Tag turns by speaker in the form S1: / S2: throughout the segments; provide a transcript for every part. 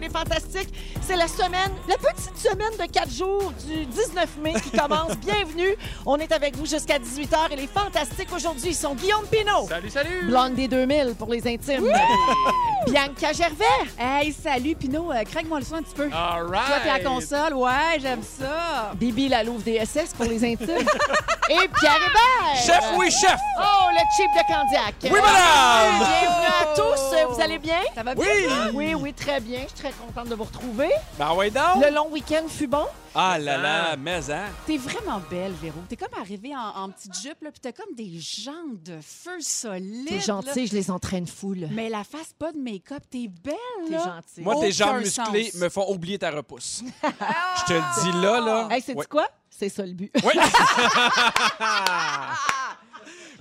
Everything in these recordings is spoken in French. S1: les Fantastiques. C'est la semaine, la petite semaine de quatre jours du 19 mai qui commence. Bienvenue. On est avec vous jusqu'à 18h et les Fantastiques aujourd'hui sont Guillaume Pinault,
S2: Salut, salut!
S1: Blonde des 2000 pour les intimes, Bianca Gervais,
S3: Hey, salut, Pino, euh, craque-moi le son un petit
S4: Ah,
S3: peu.
S2: All
S3: Toi, puis la
S2: right!
S3: console, ouais, j'aime ça.
S1: Bibi la Louve DSS pour les intimes et Pierre Hébert.
S4: Chef, oui, chef!
S1: Oh, le chip de Candiac.
S4: Oui, madame!
S1: Bienvenue à tous. Euh, Vous allez bien?
S3: Ça va bien?
S4: Oui!
S1: Oh! Oui, oui, très bien. Je suis très contente de vous retrouver.
S4: Ben ouais donc!
S1: Le long week-end fut bon.
S4: Ah là là, mais hein!
S3: T'es vraiment belle, Véro. T'es comme arrivée en, en petite jupe, là, puis t'as comme des jambes de feu solides.
S1: T'es
S3: là.
S1: gentil, je les entraîne full.
S3: Mais la face, pas de make-up, t'es belle,
S1: T'es
S3: là.
S1: gentil.
S4: Moi, tes
S3: Aucun
S4: jambes musclées
S3: sens.
S4: me font oublier ta repousse. Je te le dis là, là.
S1: Ah. Hey, c'est
S4: Ouais.
S1: quoi? C'est ça le but.
S4: Oui!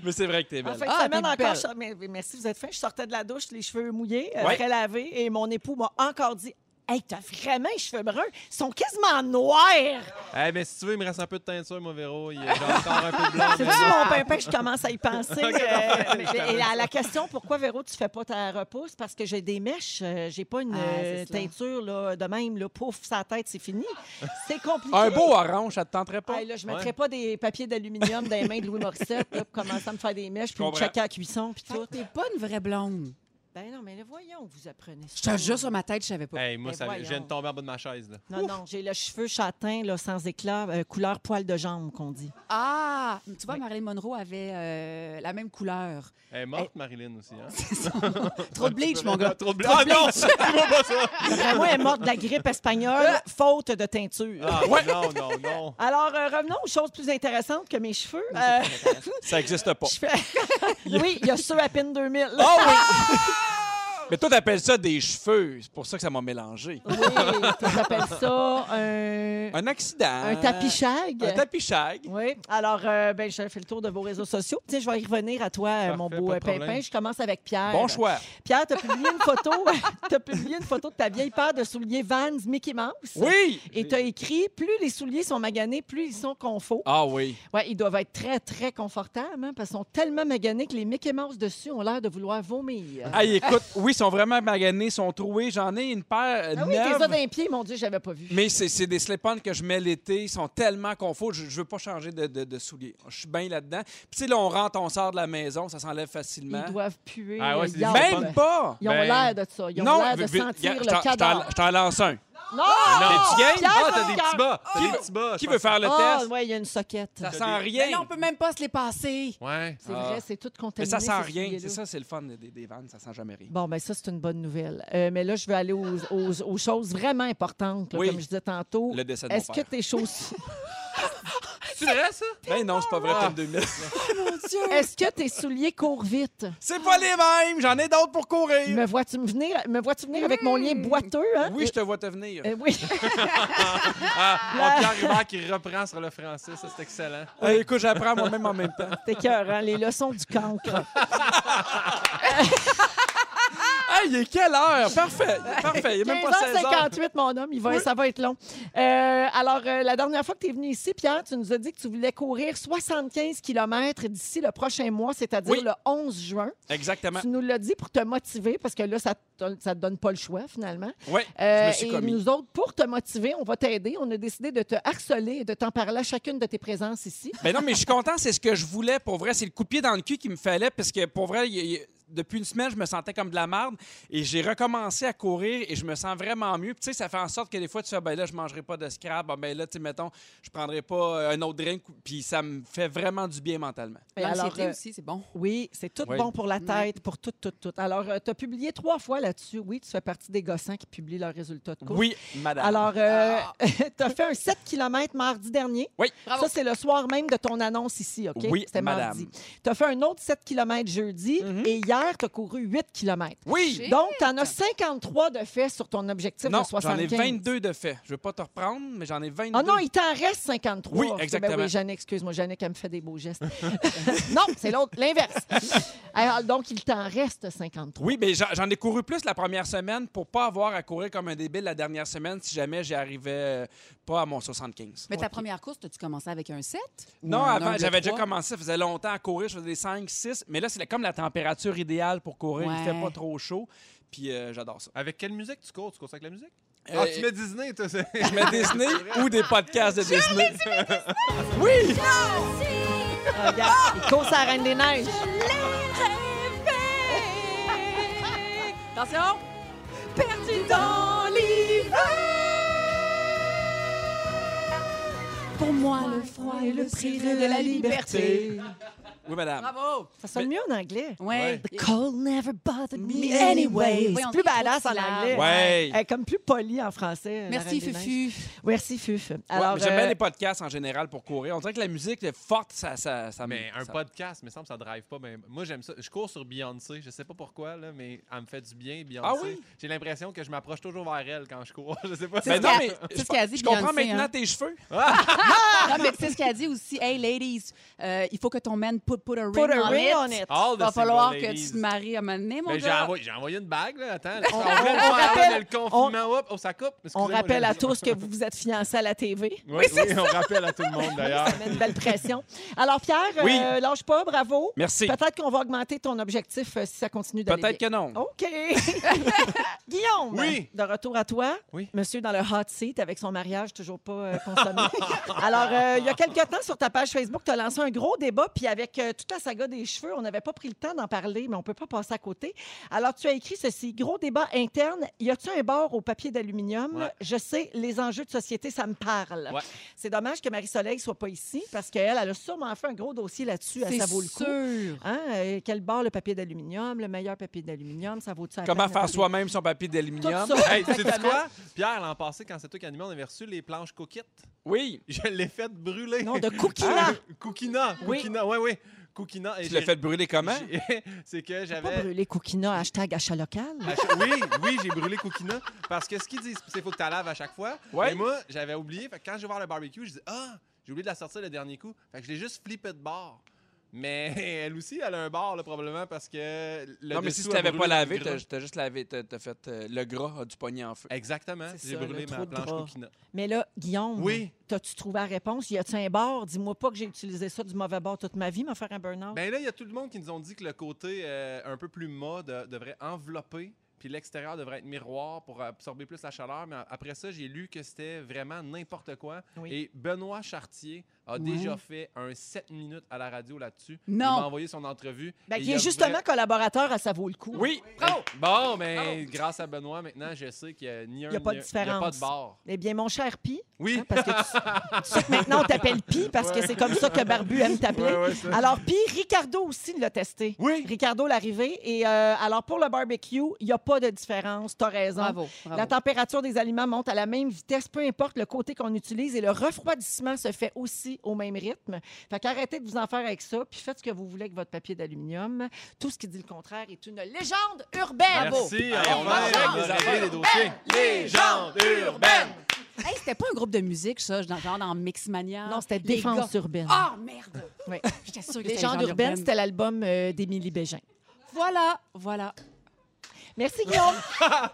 S4: mais c'est vrai que t'es
S1: En
S4: belle.
S1: fin de
S3: Ah,
S1: semaine
S3: t'es
S1: encore,
S3: belle.
S1: je- mais- mais merci, vous êtes fin. Je sortais de la douche, les cheveux mouillés, euh,
S4: Ouais.
S1: très lavés, et mon époux m'a encore dit Hey, t'as vraiment les cheveux bruns? Ils sont quasiment noirs!
S2: Eh ben, si tu veux, il me reste un peu de teinture, mon Véro. Il est encore un peu blanc.
S1: C'est-tu mon pimpin? Je commence à y penser. Euh, mais- et à la question, pourquoi, Véro, tu fais pas ta repousse? Parce que j'ai des mèches. euh, J'ai pas une
S3: Ah,
S1: euh,
S3: c'est cela.
S1: teinture là, de même. Là, pouf, sa tête, c'est fini. C'est compliqué.
S4: Ah, Un beau orange, ça te tenterait pas?
S1: Hey, là, je ne mettrais pas des papiers d'aluminium dans les mains de Louis Morissette là, pour commencer à me faire des mèches, puis me
S4: comprends.
S1: checker à la cuisson, puis
S3: Fait que
S1: tout.
S3: T'es pas une vraie blonde.
S1: Ah, Ben non, mais le voyons, vous apprenez
S3: Je te
S1: ça.
S3: jure, sur ma tête, je savais pas.
S2: Hey, moi,
S1: Ben
S2: ça, je viens
S1: voyons.
S2: de tomber en bas de ma chaise. Là.
S1: Non, non, j'ai le cheveu châtain, là, sans éclat, euh, couleur poil de jambe, qu'on dit.
S3: Ah! Tu vois, Marilyn Monroe avait euh, la même couleur.
S2: Elle est morte, Marilyn, aussi. Hein?
S3: Trop de bleach, mon gars.
S2: Trop de blanc. Ah non! Dis-moi pas ça!
S1: Après moi, elle est morte de la grippe espagnole, faute de teinture.
S2: Ah, Non, non, non.
S1: Alors, euh, revenons aux choses plus intéressantes que mes cheveux. Euh,
S4: Ça existe pas.
S1: je fais- oui, il y a ceux à peine 2000.
S4: Ah oui! mais toi, t'appelles ça des cheveux. C'est pour ça que ça m'a mélangé.
S1: Oui, j'appelle ça un,
S4: Un accident.
S1: un tapis shag.
S4: Un tapis shag.
S1: Oui. Alors, euh, ben, je fais le tour de vos réseaux sociaux. Tiens, je vais y revenir à toi, euh, mon
S2: Parfait,
S1: beau
S2: pas
S1: euh,
S2: de problème.
S1: pimpin. Je commence avec Pierre.
S4: Bon choix.
S1: Pierre, t'as publié une photo. t'as publié une photo de ta vieille paire de souliers Vans Mickey Mouse.
S4: Oui!
S1: Et t'as écrit plus les souliers sont maganés, plus ils sont confos.
S4: Ah oui.
S1: Ouais, ils doivent être très très confortables hein, parce qu'ils sont tellement maganés que les Mickey Mouse dessus ont l'air de vouloir vomir.
S4: Hey, écoute, oui, ils sont vraiment maganés, ils sont troués. J'en ai une paire euh,
S1: Ah oui, t'es
S4: neuve.
S1: ça d'un pied, mon Dieu, j'avais pas vu.
S4: Mais c'est c'est des slip-ons que je mets l'été. Ils sont tellement confos. Je, je veux pas changer de, de- de souliers. Je suis bien là-dedans. Puis tu sais, là, on rentre, on sort de la maison, ça s'enlève facilement.
S1: Ils doivent puer.
S2: Ah ouais, c'est des
S1: ils ont-
S2: slip-ons.
S4: Même pas!
S1: Ils ont
S2: Ben-
S1: l'air de ça. Ils ont l'air de
S4: vi- vi-
S1: sentir
S4: regarde, je t'en-
S1: le
S4: je t'en-
S1: cadavre.
S4: Je t'en lance un.
S1: Non!
S4: Ah, T'es-tu game?
S1: Pierre,
S2: Ah,
S1: ça
S2: t'as des
S1: regarde.
S2: petits bas. T'as
S4: Qui
S2: des
S4: veut-
S2: petits bas. je
S4: Qui
S2: pense.
S4: veut faire le
S1: Ah,
S4: test?
S1: ouais, il y a une soquette.
S4: Ça
S2: T'as
S4: sent
S2: des-
S3: Mais
S4: rien.
S3: là, on peut même pas se les passer.
S2: Ouais.
S1: C'est
S4: Ah.
S1: vrai, c'est tout
S4: Mais
S1: contaminé.
S4: ça sent
S1: ces
S4: rien.
S1: souliers-là.
S4: C'est ça, c'est le fun des, des vannes, ça sent jamais rien.
S1: Bon, ben ça, c'est une bonne nouvelle. Euh, mais là, je veux aller aux, aux- aux choses vraiment importantes, là,
S4: Oui.
S1: comme je disais tantôt.
S4: Le décès de mon
S1: Est-ce que
S4: père.
S1: tes chaussures,
S2: C'est vrai, ça?
S4: Ben non, c'est pas vrai,
S2: Ah.
S4: Tom 2000.
S1: est-ce que tes souliers courent vite?
S4: C'est pas les mêmes! J'en ai d'autres pour courir!
S1: Me vois-tu me venir, me vois-tu venir avec mon lien boiteux, hein?
S4: Oui, je te vois te venir.
S1: Euh, oui.
S2: Ah, mon Pierre Hubert qui reprend sur le français. Ça, c'est excellent.
S4: Euh, écoute, j'apprends moi-même en même temps.
S1: T'es écœurant, les leçons du cancre.
S4: Hey, il est quelle heure? Parfait, parfait. Il est même pas 16 heures.
S1: 15h58, mon homme, il va, ça va être long. Euh, alors, euh, la dernière fois que tu es venu ici, Pierre, tu nous as dit que tu voulais courir 75 km d'ici le prochain mois, c'est-à-dire
S4: Oui.
S1: le 11 juin.
S4: Exactement.
S1: Tu nous l'as dit pour te motiver, parce que là, ça ne te donne pas le choix, finalement.
S4: Oui, je
S1: Euh,
S4: me suis
S1: et
S4: commis.
S1: nous autres, pour te motiver, on va t'aider. On a décidé de te harceler et de t'en parler à chacune de tes présences ici.
S4: Ben non, mais je suis content, c'est ce que je voulais. Pour vrai, c'est le coup de pied dans le cul qui me fallait parce que pour vrai, il y a- il y a- depuis une semaine, je me sentais comme de la marde et j'ai recommencé à courir et je me sens vraiment mieux. Puis, tu sais, ça fait en sorte que des fois, tu fais, ben là, je mangerai pas de scrap, Ah, ben là, tu sais, mettons, je prendrai pas euh, un autre drink, puis ça me fait vraiment du bien mentalement.
S1: Et
S3: L'anxiété
S1: alors, euh,
S3: aussi, c'est bon.
S1: Oui, c'est tout
S4: Oui.
S1: bon pour la tête, pour tout, tout, tout. Alors, tu as publié trois fois là-dessus. Oui, tu fais partie des gossins qui publient leurs résultats de course.
S4: Oui, madame.
S1: Alors, euh, tu as fait un 7 km mardi dernier.
S4: Ah. Oui.
S1: Ça, c'est le soir même de ton annonce ici, OK?
S4: Oui,
S1: C'était mardi.
S4: madame. Mhm.
S1: Tu as fait un autre 7 km jeudi et hier, tu as couru 8 km.
S4: oui!
S1: Donc, tu en as 53 de fait sur ton objectif
S4: Non,
S1: de
S4: j'en ai
S1: 75.
S4: 22 de fait. Je veux pas te reprendre, mais j'en ai 22.
S1: Ah non, il t'en reste 53.
S4: Oui,
S1: Ben oui,
S4: exactement.
S1: Jannick, excuse-moi, Jannick, elle me fait des beaux gestes. non, c'est l'autre, l'inverse. Alors, donc, il t'en reste 53.
S4: Oui, mais j'en j'en ai couru plus la première semaine pour pas avoir à courir comme un débile la dernière semaine si jamais j'y arrivais euh, pas à mon 75.
S3: Mais ta première course, as-tu commencé avec un 7?
S4: Non, avant, j'avais déjà commencé, ça faisait longtemps à courir, je faisais des 5, 6, mais là, c'est comme la température idéale pour courir, il
S3: Ouais.
S4: fait pas trop chaud. Puis euh, j'adore ça.
S2: Avec quelle musique tu cours? Tu cours ça avec la musique?
S4: Euh,
S2: Ah, tu mets Disney, toi. c'est-
S4: Je mets Disney ou des podcasts de Disney. Oui!
S1: Ah, regarde, il court sa Reine des Neiges.
S3: Attention! Perdu dans l'hiver! Pour moi, le froid est le prix de la liberté.
S4: Oui, madame.
S3: Bravo!
S1: Ça sonne mieux en anglais.
S3: Ouais.
S1: The cold never bothered me
S3: Me anyway.
S1: anyway.
S3: Oui, on
S1: C'est plus
S3: dit trop
S1: badass en
S3: de
S1: anglais.
S3: syllabes.
S4: Ouais.
S1: Elle est comme plus polie en français. la Reine
S3: Merci,
S1: des Neiges.
S3: Fufu.
S1: Merci, Fuf.
S4: Ouais, mais J'aime
S1: euh,
S4: bien les podcasts en général pour courir. On dirait que la musique est forte, ça, ça, ça me-
S2: Mais un
S4: ça-
S2: podcast, me semble, ça drive pas. Mais moi, j'aime ça. Je cours sur Beyoncé. Je sais pas pourquoi, là, mais elle me fait du bien, Beyoncé.
S4: Ah oui?
S2: J'ai l'impression que je m'approche toujours vers elle quand je cours. Je sais
S4: Ben
S2: pas.
S3: C'est
S4: non,
S3: ce
S4: mais
S3: qu'elle- c'est
S4: je,
S3: ce qu'elle a dit,
S4: je comprends
S3: Beyoncé,
S4: maintenant
S3: hein.
S4: tes cheveux.
S3: Non, Ah, mais c'est ce qu'elle a dit aussi. Hey, ladies, euh, il faut que ton man put, put a ring
S1: Put a
S3: on
S1: ring
S3: it.
S1: on it.
S4: Ah,
S2: All the
S3: Va
S2: single
S3: falloir que
S2: ben, ladies.
S3: tu te maries à un moment donné, mon
S2: Ben, j'ai,
S3: gars.
S2: envoyé, j'ai envoyé une bague, là. Attends.
S1: On-
S2: on,
S1: on- on rappelle-
S2: le confinement. Hop, oh, ça coupe.
S1: On
S2: Excusez-moi,
S1: rappelle
S2: j'ai-
S1: à tous que vous vous êtes fiancés à la TV.
S2: Oui, oui, on rappelle à tout le monde, d'ailleurs.
S1: Ça met une belle pression. Alors, Pierre,
S4: Oui.
S1: euh, lâche pas, bravo.
S4: Merci.
S1: Peut-être qu'on va augmenter ton objectif euh, si ça continue d'aller
S4: Peut-être
S1: bien.
S4: que non.
S1: OK. Guillaume,
S2: Oui.
S1: de retour à toi.
S2: Oui.
S1: Monsieur dans le hot seat avec son mariage toujours pas euh, consommé. Alors, euh, il y a quelques temps, sur ta page Facebook, tu as lancé un gros débat, puis avec euh, toute la saga des cheveux, on n'avait pas pris le temps d'en parler, mais on peut pas passer à côté. Alors, tu as écrit ceci, gros débat interne, y a-tu un bord au papier d'aluminium?
S2: Ouais.
S1: Je sais, les enjeux de société, ça me parle.
S2: Ouais.
S1: C'est dommage que Marie-Soleil soit pas ici, parce qu'elle, elle a sûrement fait un gros dossier là-dessus,
S3: C'est
S1: ça vaut le coup.
S3: sûr.
S1: Hein, euh, quel bord le papier d'aluminium, le meilleur papier d'aluminium, ça vaut ça la
S4: Comment
S1: peine,
S4: faire
S1: le
S4: soi-même son papier
S1: papier-
S4: d'aluminium?
S1: Tout ça.
S2: Hey, sais quoi? Pierre, l'an passé, quand c'est toi qui animais, on avait reçu les planches coquittes.
S4: Oui.
S2: Je l'ai fait brûler. Ah,
S1: Non, de Cookina.
S2: Cookina.
S1: Oui.
S2: Cookina, oui, oui. Cookina. Et
S4: Tu l'as
S2: j'ai-
S4: fait brûler comment?
S2: j'ai- C'est que
S1: Pas
S2: j'avais.
S1: brûler Cookina, hashtag achat local.
S2: À cha- Oui, oui, j'ai brûlé Coquina. Parce que ce qu'ils disent, c'est qu'il faut que tu la laves à chaque fois.
S4: Ouais.
S2: Et moi, j'avais oublié. Fait que quand j'ai ouvert le barbecue, je dis Ah, j'ai oublié de la sortir le dernier coup. Fait que je l'ai juste flippé de bord. Mais elle aussi, elle a un bord, là, probablement, parce que. Le
S4: non, mais si
S2: dessous
S4: tu
S2: a
S4: l'avais
S2: brûlé
S4: pas lavé,
S2: le gras.
S4: t'as t'as juste lavé, t'as t'as fait euh, le gras a du pogné en feu.
S2: Exactement.
S1: C'est
S2: J'ai
S1: ça,
S2: brûlé
S1: le
S2: ma
S1: trou de
S2: planche
S1: gras.
S2: Coquina.
S1: Mais là, Guillaume,
S2: Oui.
S1: t'as-tu trouvé la réponse? Y a-tu un bord? Dis-moi pas que j'ai utilisé ça du mauvais bord toute ma vie, m'en faire un burn-out.
S2: Ben là, il y a tout le monde qui nous ont dit que le côté euh, un peu plus mat de- devrait envelopper, puis l'extérieur devrait être miroir pour absorber plus la chaleur. Mais a- après ça, j'ai lu que c'était vraiment n'importe quoi.
S1: Oui.
S2: Et Benoît Chartier a déjà fait un 7 minutes à la radio là-dessus.
S3: Non.
S2: Il m'a envoyé son entrevue.
S1: Ben,
S2: et
S1: qui
S2: il a
S1: est justement
S2: vra-
S1: collaborateur à Ça vaut le coup.
S4: Oui.
S2: Bravo! Bon, mais grâce à Benoît, maintenant, je sais qu'il n'y a ni un
S1: a pas de
S2: ni un- Il n'y a pas
S1: différence.
S2: de barre.
S1: Eh bien, mon cher Pi, hein,
S2: Oui.
S1: parce que tu, tu sais que maintenant on t'appelle Pi parce que c'est comme ça que Barbu aime t'appeler.
S2: Ouais, ouais, ça-
S1: Alors, Pi, Ricardo aussi l'a testé.
S2: Oui.
S1: Ricardo l'arrivée. Et euh, alors, pour le barbecue, il n'y a pas de différence. T'as raison.
S3: Bravo. bravo.
S1: La température des aliments monte à la même vitesse, peu importe le côté qu'on utilise, et le refroidissement se fait aussi au même rythme. Fait qu'arrêtez de vous en faire avec ça, puis faites ce que vous voulez avec votre papier d'aluminium. Tout ce qui dit le contraire est une légende urbaine.
S2: Merci.
S4: on
S2: enfin,
S4: mange
S2: on a
S4: des
S2: réglé
S4: affaires.
S2: les dossiers. Légende urbaine!
S3: Hey, c'était pas un groupe de musique, ça, dans- genre dans Mixmania.
S1: Non, c'était
S3: Les
S1: Défense
S3: gars-
S1: urbaine.
S3: Oh, merde!
S1: Oui.
S3: J'étais sûre que c'était
S1: Légende
S3: Légende
S1: urbaine, c'était l'album euh, d'Émilie Bégin.
S3: Voilà, voilà.
S1: Merci, Guillaume.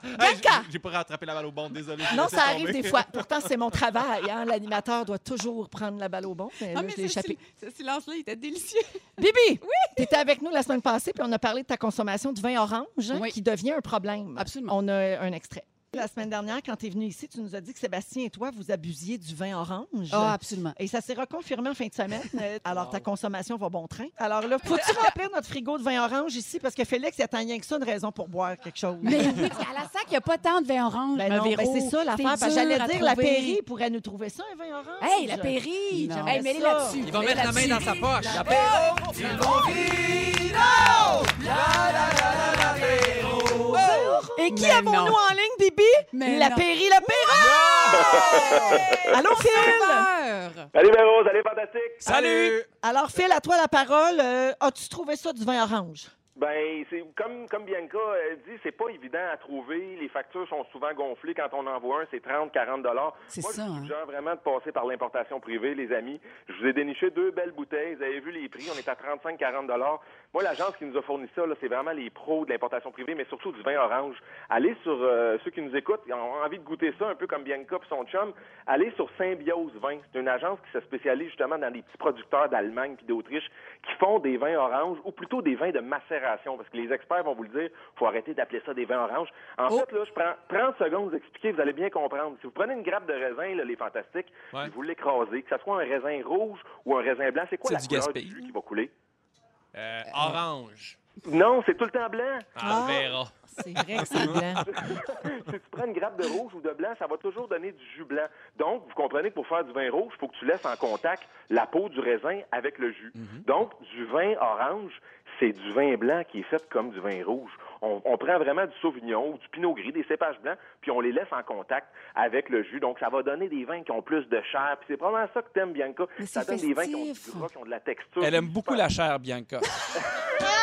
S2: Hey,
S1: Bianca!
S2: j'ai- J'ai pas rattrapé la balle au bon, désolé. j'ai
S1: Non,
S2: laissé
S1: ça arrive
S2: tomber.
S1: des fois. Pourtant, c'est mon travail. hein. L'animateur doit toujours prendre la balle au bon. Ah, Mais là, je l'ai échappé.
S3: Ah, ce silence-là, il était délicieux.
S1: Bibi, tu étais avec nous la semaine passée, puis on a parlé de ta consommation du vin orange hein,
S3: Oui.
S1: qui devient un problème.
S3: Absolument.
S1: On a un extrait. La semaine dernière, quand tu es venu ici, tu nous as dit que Sébastien et toi, vous abusiez du vin orange.
S3: Ah, absolument.
S1: Et ça s'est reconfirmé en fin de semaine. Euh, Alors, ta consommation va bon train. Alors là, faut-tu remplir notre frigo de vin orange ici? Parce que Félix, il attend rien que ça une raison pour boire quelque chose.
S3: Mais oui, à la sac, il n'y a pas tant de vin orange.
S1: Ben
S3: un
S1: non,
S3: Véro.
S1: ben c'est ça l'affaire.
S3: C'est
S1: parce que J'allais
S3: dur à
S1: dire, la
S3: trouver.
S1: Pairie pourrait nous trouver ça, un vin orange.
S3: Hey, la Pairie!
S1: Non.
S3: Hey, mets-les là-dessus.
S4: Il va
S3: mets-les
S4: mettre la main
S3: là-dessus.
S4: dans sa poche.
S1: Et qui
S3: Mais
S1: avons-nous
S3: non.
S1: en ligne, Bibi?
S3: Mais
S1: la
S3: non.
S1: Pairie, la Pairie! Allô, Phil?
S3: Peur.
S5: Salut Véro, salut Fantastique!
S4: Salut!
S1: Alors, Phil, à toi la parole. Euh, As-tu trouvé ça du vin orange?
S5: Ben, c'est comme, comme Bianca euh, dit, c'est pas évident à trouver. Les factures sont souvent gonflées. Quand on envoie un, c'est 30, 40 dollars.
S3: C'est
S5: Moi,
S3: ça,
S5: je
S3: hein.
S5: vous suggère vraiment de passer par l'importation privée, les amis. Je vous ai déniché deux belles bouteilles. Vous avez vu les prix. On est à 35, 40 dollars. Moi, l'agence qui nous a fourni ça, là, c'est vraiment les pros de l'importation privée, mais surtout du vin orange. Allez sur euh, ceux qui nous écoutent, qui ont envie de goûter ça, un peu comme Bianca et son chum. Allez sur Symbiose Vin. C'est une agence qui se spécialise justement dans les petits producteurs d'Allemagne et d'Autriche qui font des vins oranges ou plutôt des vins de macération, parce que les experts vont vous le dire, faut arrêter d'appeler ça des vins oranges. En
S3: Oh.
S5: fait, là, je prends 30 secondes vous expliquer, vous allez bien comprendre. Si vous prenez une grappe de raisin, là, les fantastiques,
S2: Ouais.
S5: puis vous l'écrasez, que ce soit un raisin rouge ou un raisin blanc, c'est quoi
S4: C'est
S5: la
S4: du
S5: couleur
S4: gaspille.
S5: du jus qui va couler?
S2: Euh, orange.
S5: Non, c'est tout le temps blanc.
S2: Ah,
S1: Ah.
S2: on verra.
S1: C'est vrai que c'est blanc.
S5: si tu prends une grappe de rouge ou de blanc, ça va toujours donner du jus blanc. Donc, vous comprenez que pour faire du vin rouge, il faut que tu laisses en contact la peau du raisin avec le jus.
S4: Mhm.
S5: Donc, du vin orange, c'est du vin blanc qui est fait comme du vin rouge. On, on prend vraiment du sauvignon ou du pinot gris, des cépages blancs, puis on les laisse en contact avec le jus. Donc, ça va donner des vins qui ont plus de chair. Puis c'est probablement ça que t'aimes, Bianca.
S3: Mais
S5: ça
S3: c'est
S5: donne des vins qui ont du
S3: festif.
S5: gras, qui ont de la texture.
S4: Elle aime
S5: C'est
S4: beaucoup
S5: super.
S4: la chair, Bianca.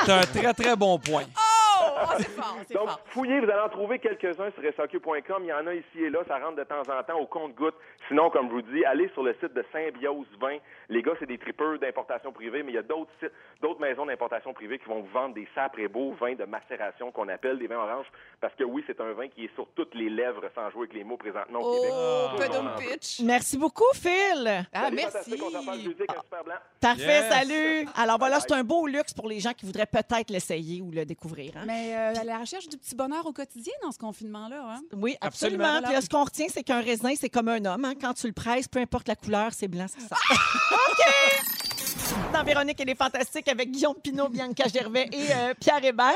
S4: C'est un très, très bon point.
S3: Oh! oh, c'est fort, c'est
S5: Donc,
S3: fort.
S5: fouillez, vous allez en trouver quelques-uns sur SAQ.com. Il y en a ici et là, ça rentre de temps en temps au compte-goutte. Sinon, comme je vous dis, allez sur le site de Symbiose 20. Les gars, c'est des tripeurs d'importation privée, mais il y a d'autres sites, d'autres maisons d'importation privée qui vont vous vendre des sapres et beaux vins de macération qu'on appelle des vins oranges, parce que oui, c'est un vin qui est sur toutes les lèvres, sans jouer avec les mots présentement au Québec.
S3: Oh,
S2: Québec.
S3: peu de pitch.
S1: Merci beaucoup, Phil.
S3: Ah,
S5: Salut,
S3: merci.
S5: Fantastique, on s'en parle, musique, un super blanc.
S1: Parfait,
S2: Yes.
S1: salut. Alors voilà,
S5: Bye.
S1: c'est un beau luxe pour les gens qui voudraient peut-être l'essayer ou le découvrir. hein.
S3: Mais euh, à la recherche du petit bonheur au quotidien dans ce confinement-là, hein?
S1: Oui, absolument.
S4: Absolument.
S1: Puis là, ce qu'on retient, c'est qu'un raisin, c'est comme un homme. hein. Quand tu le presses, peu importe la couleur, c'est blanc, c'est ça. OK! Dans Véronique, elle est fantastique avec Guillaume Pinot, Bianca Gervais et euh, Pierre Hébert.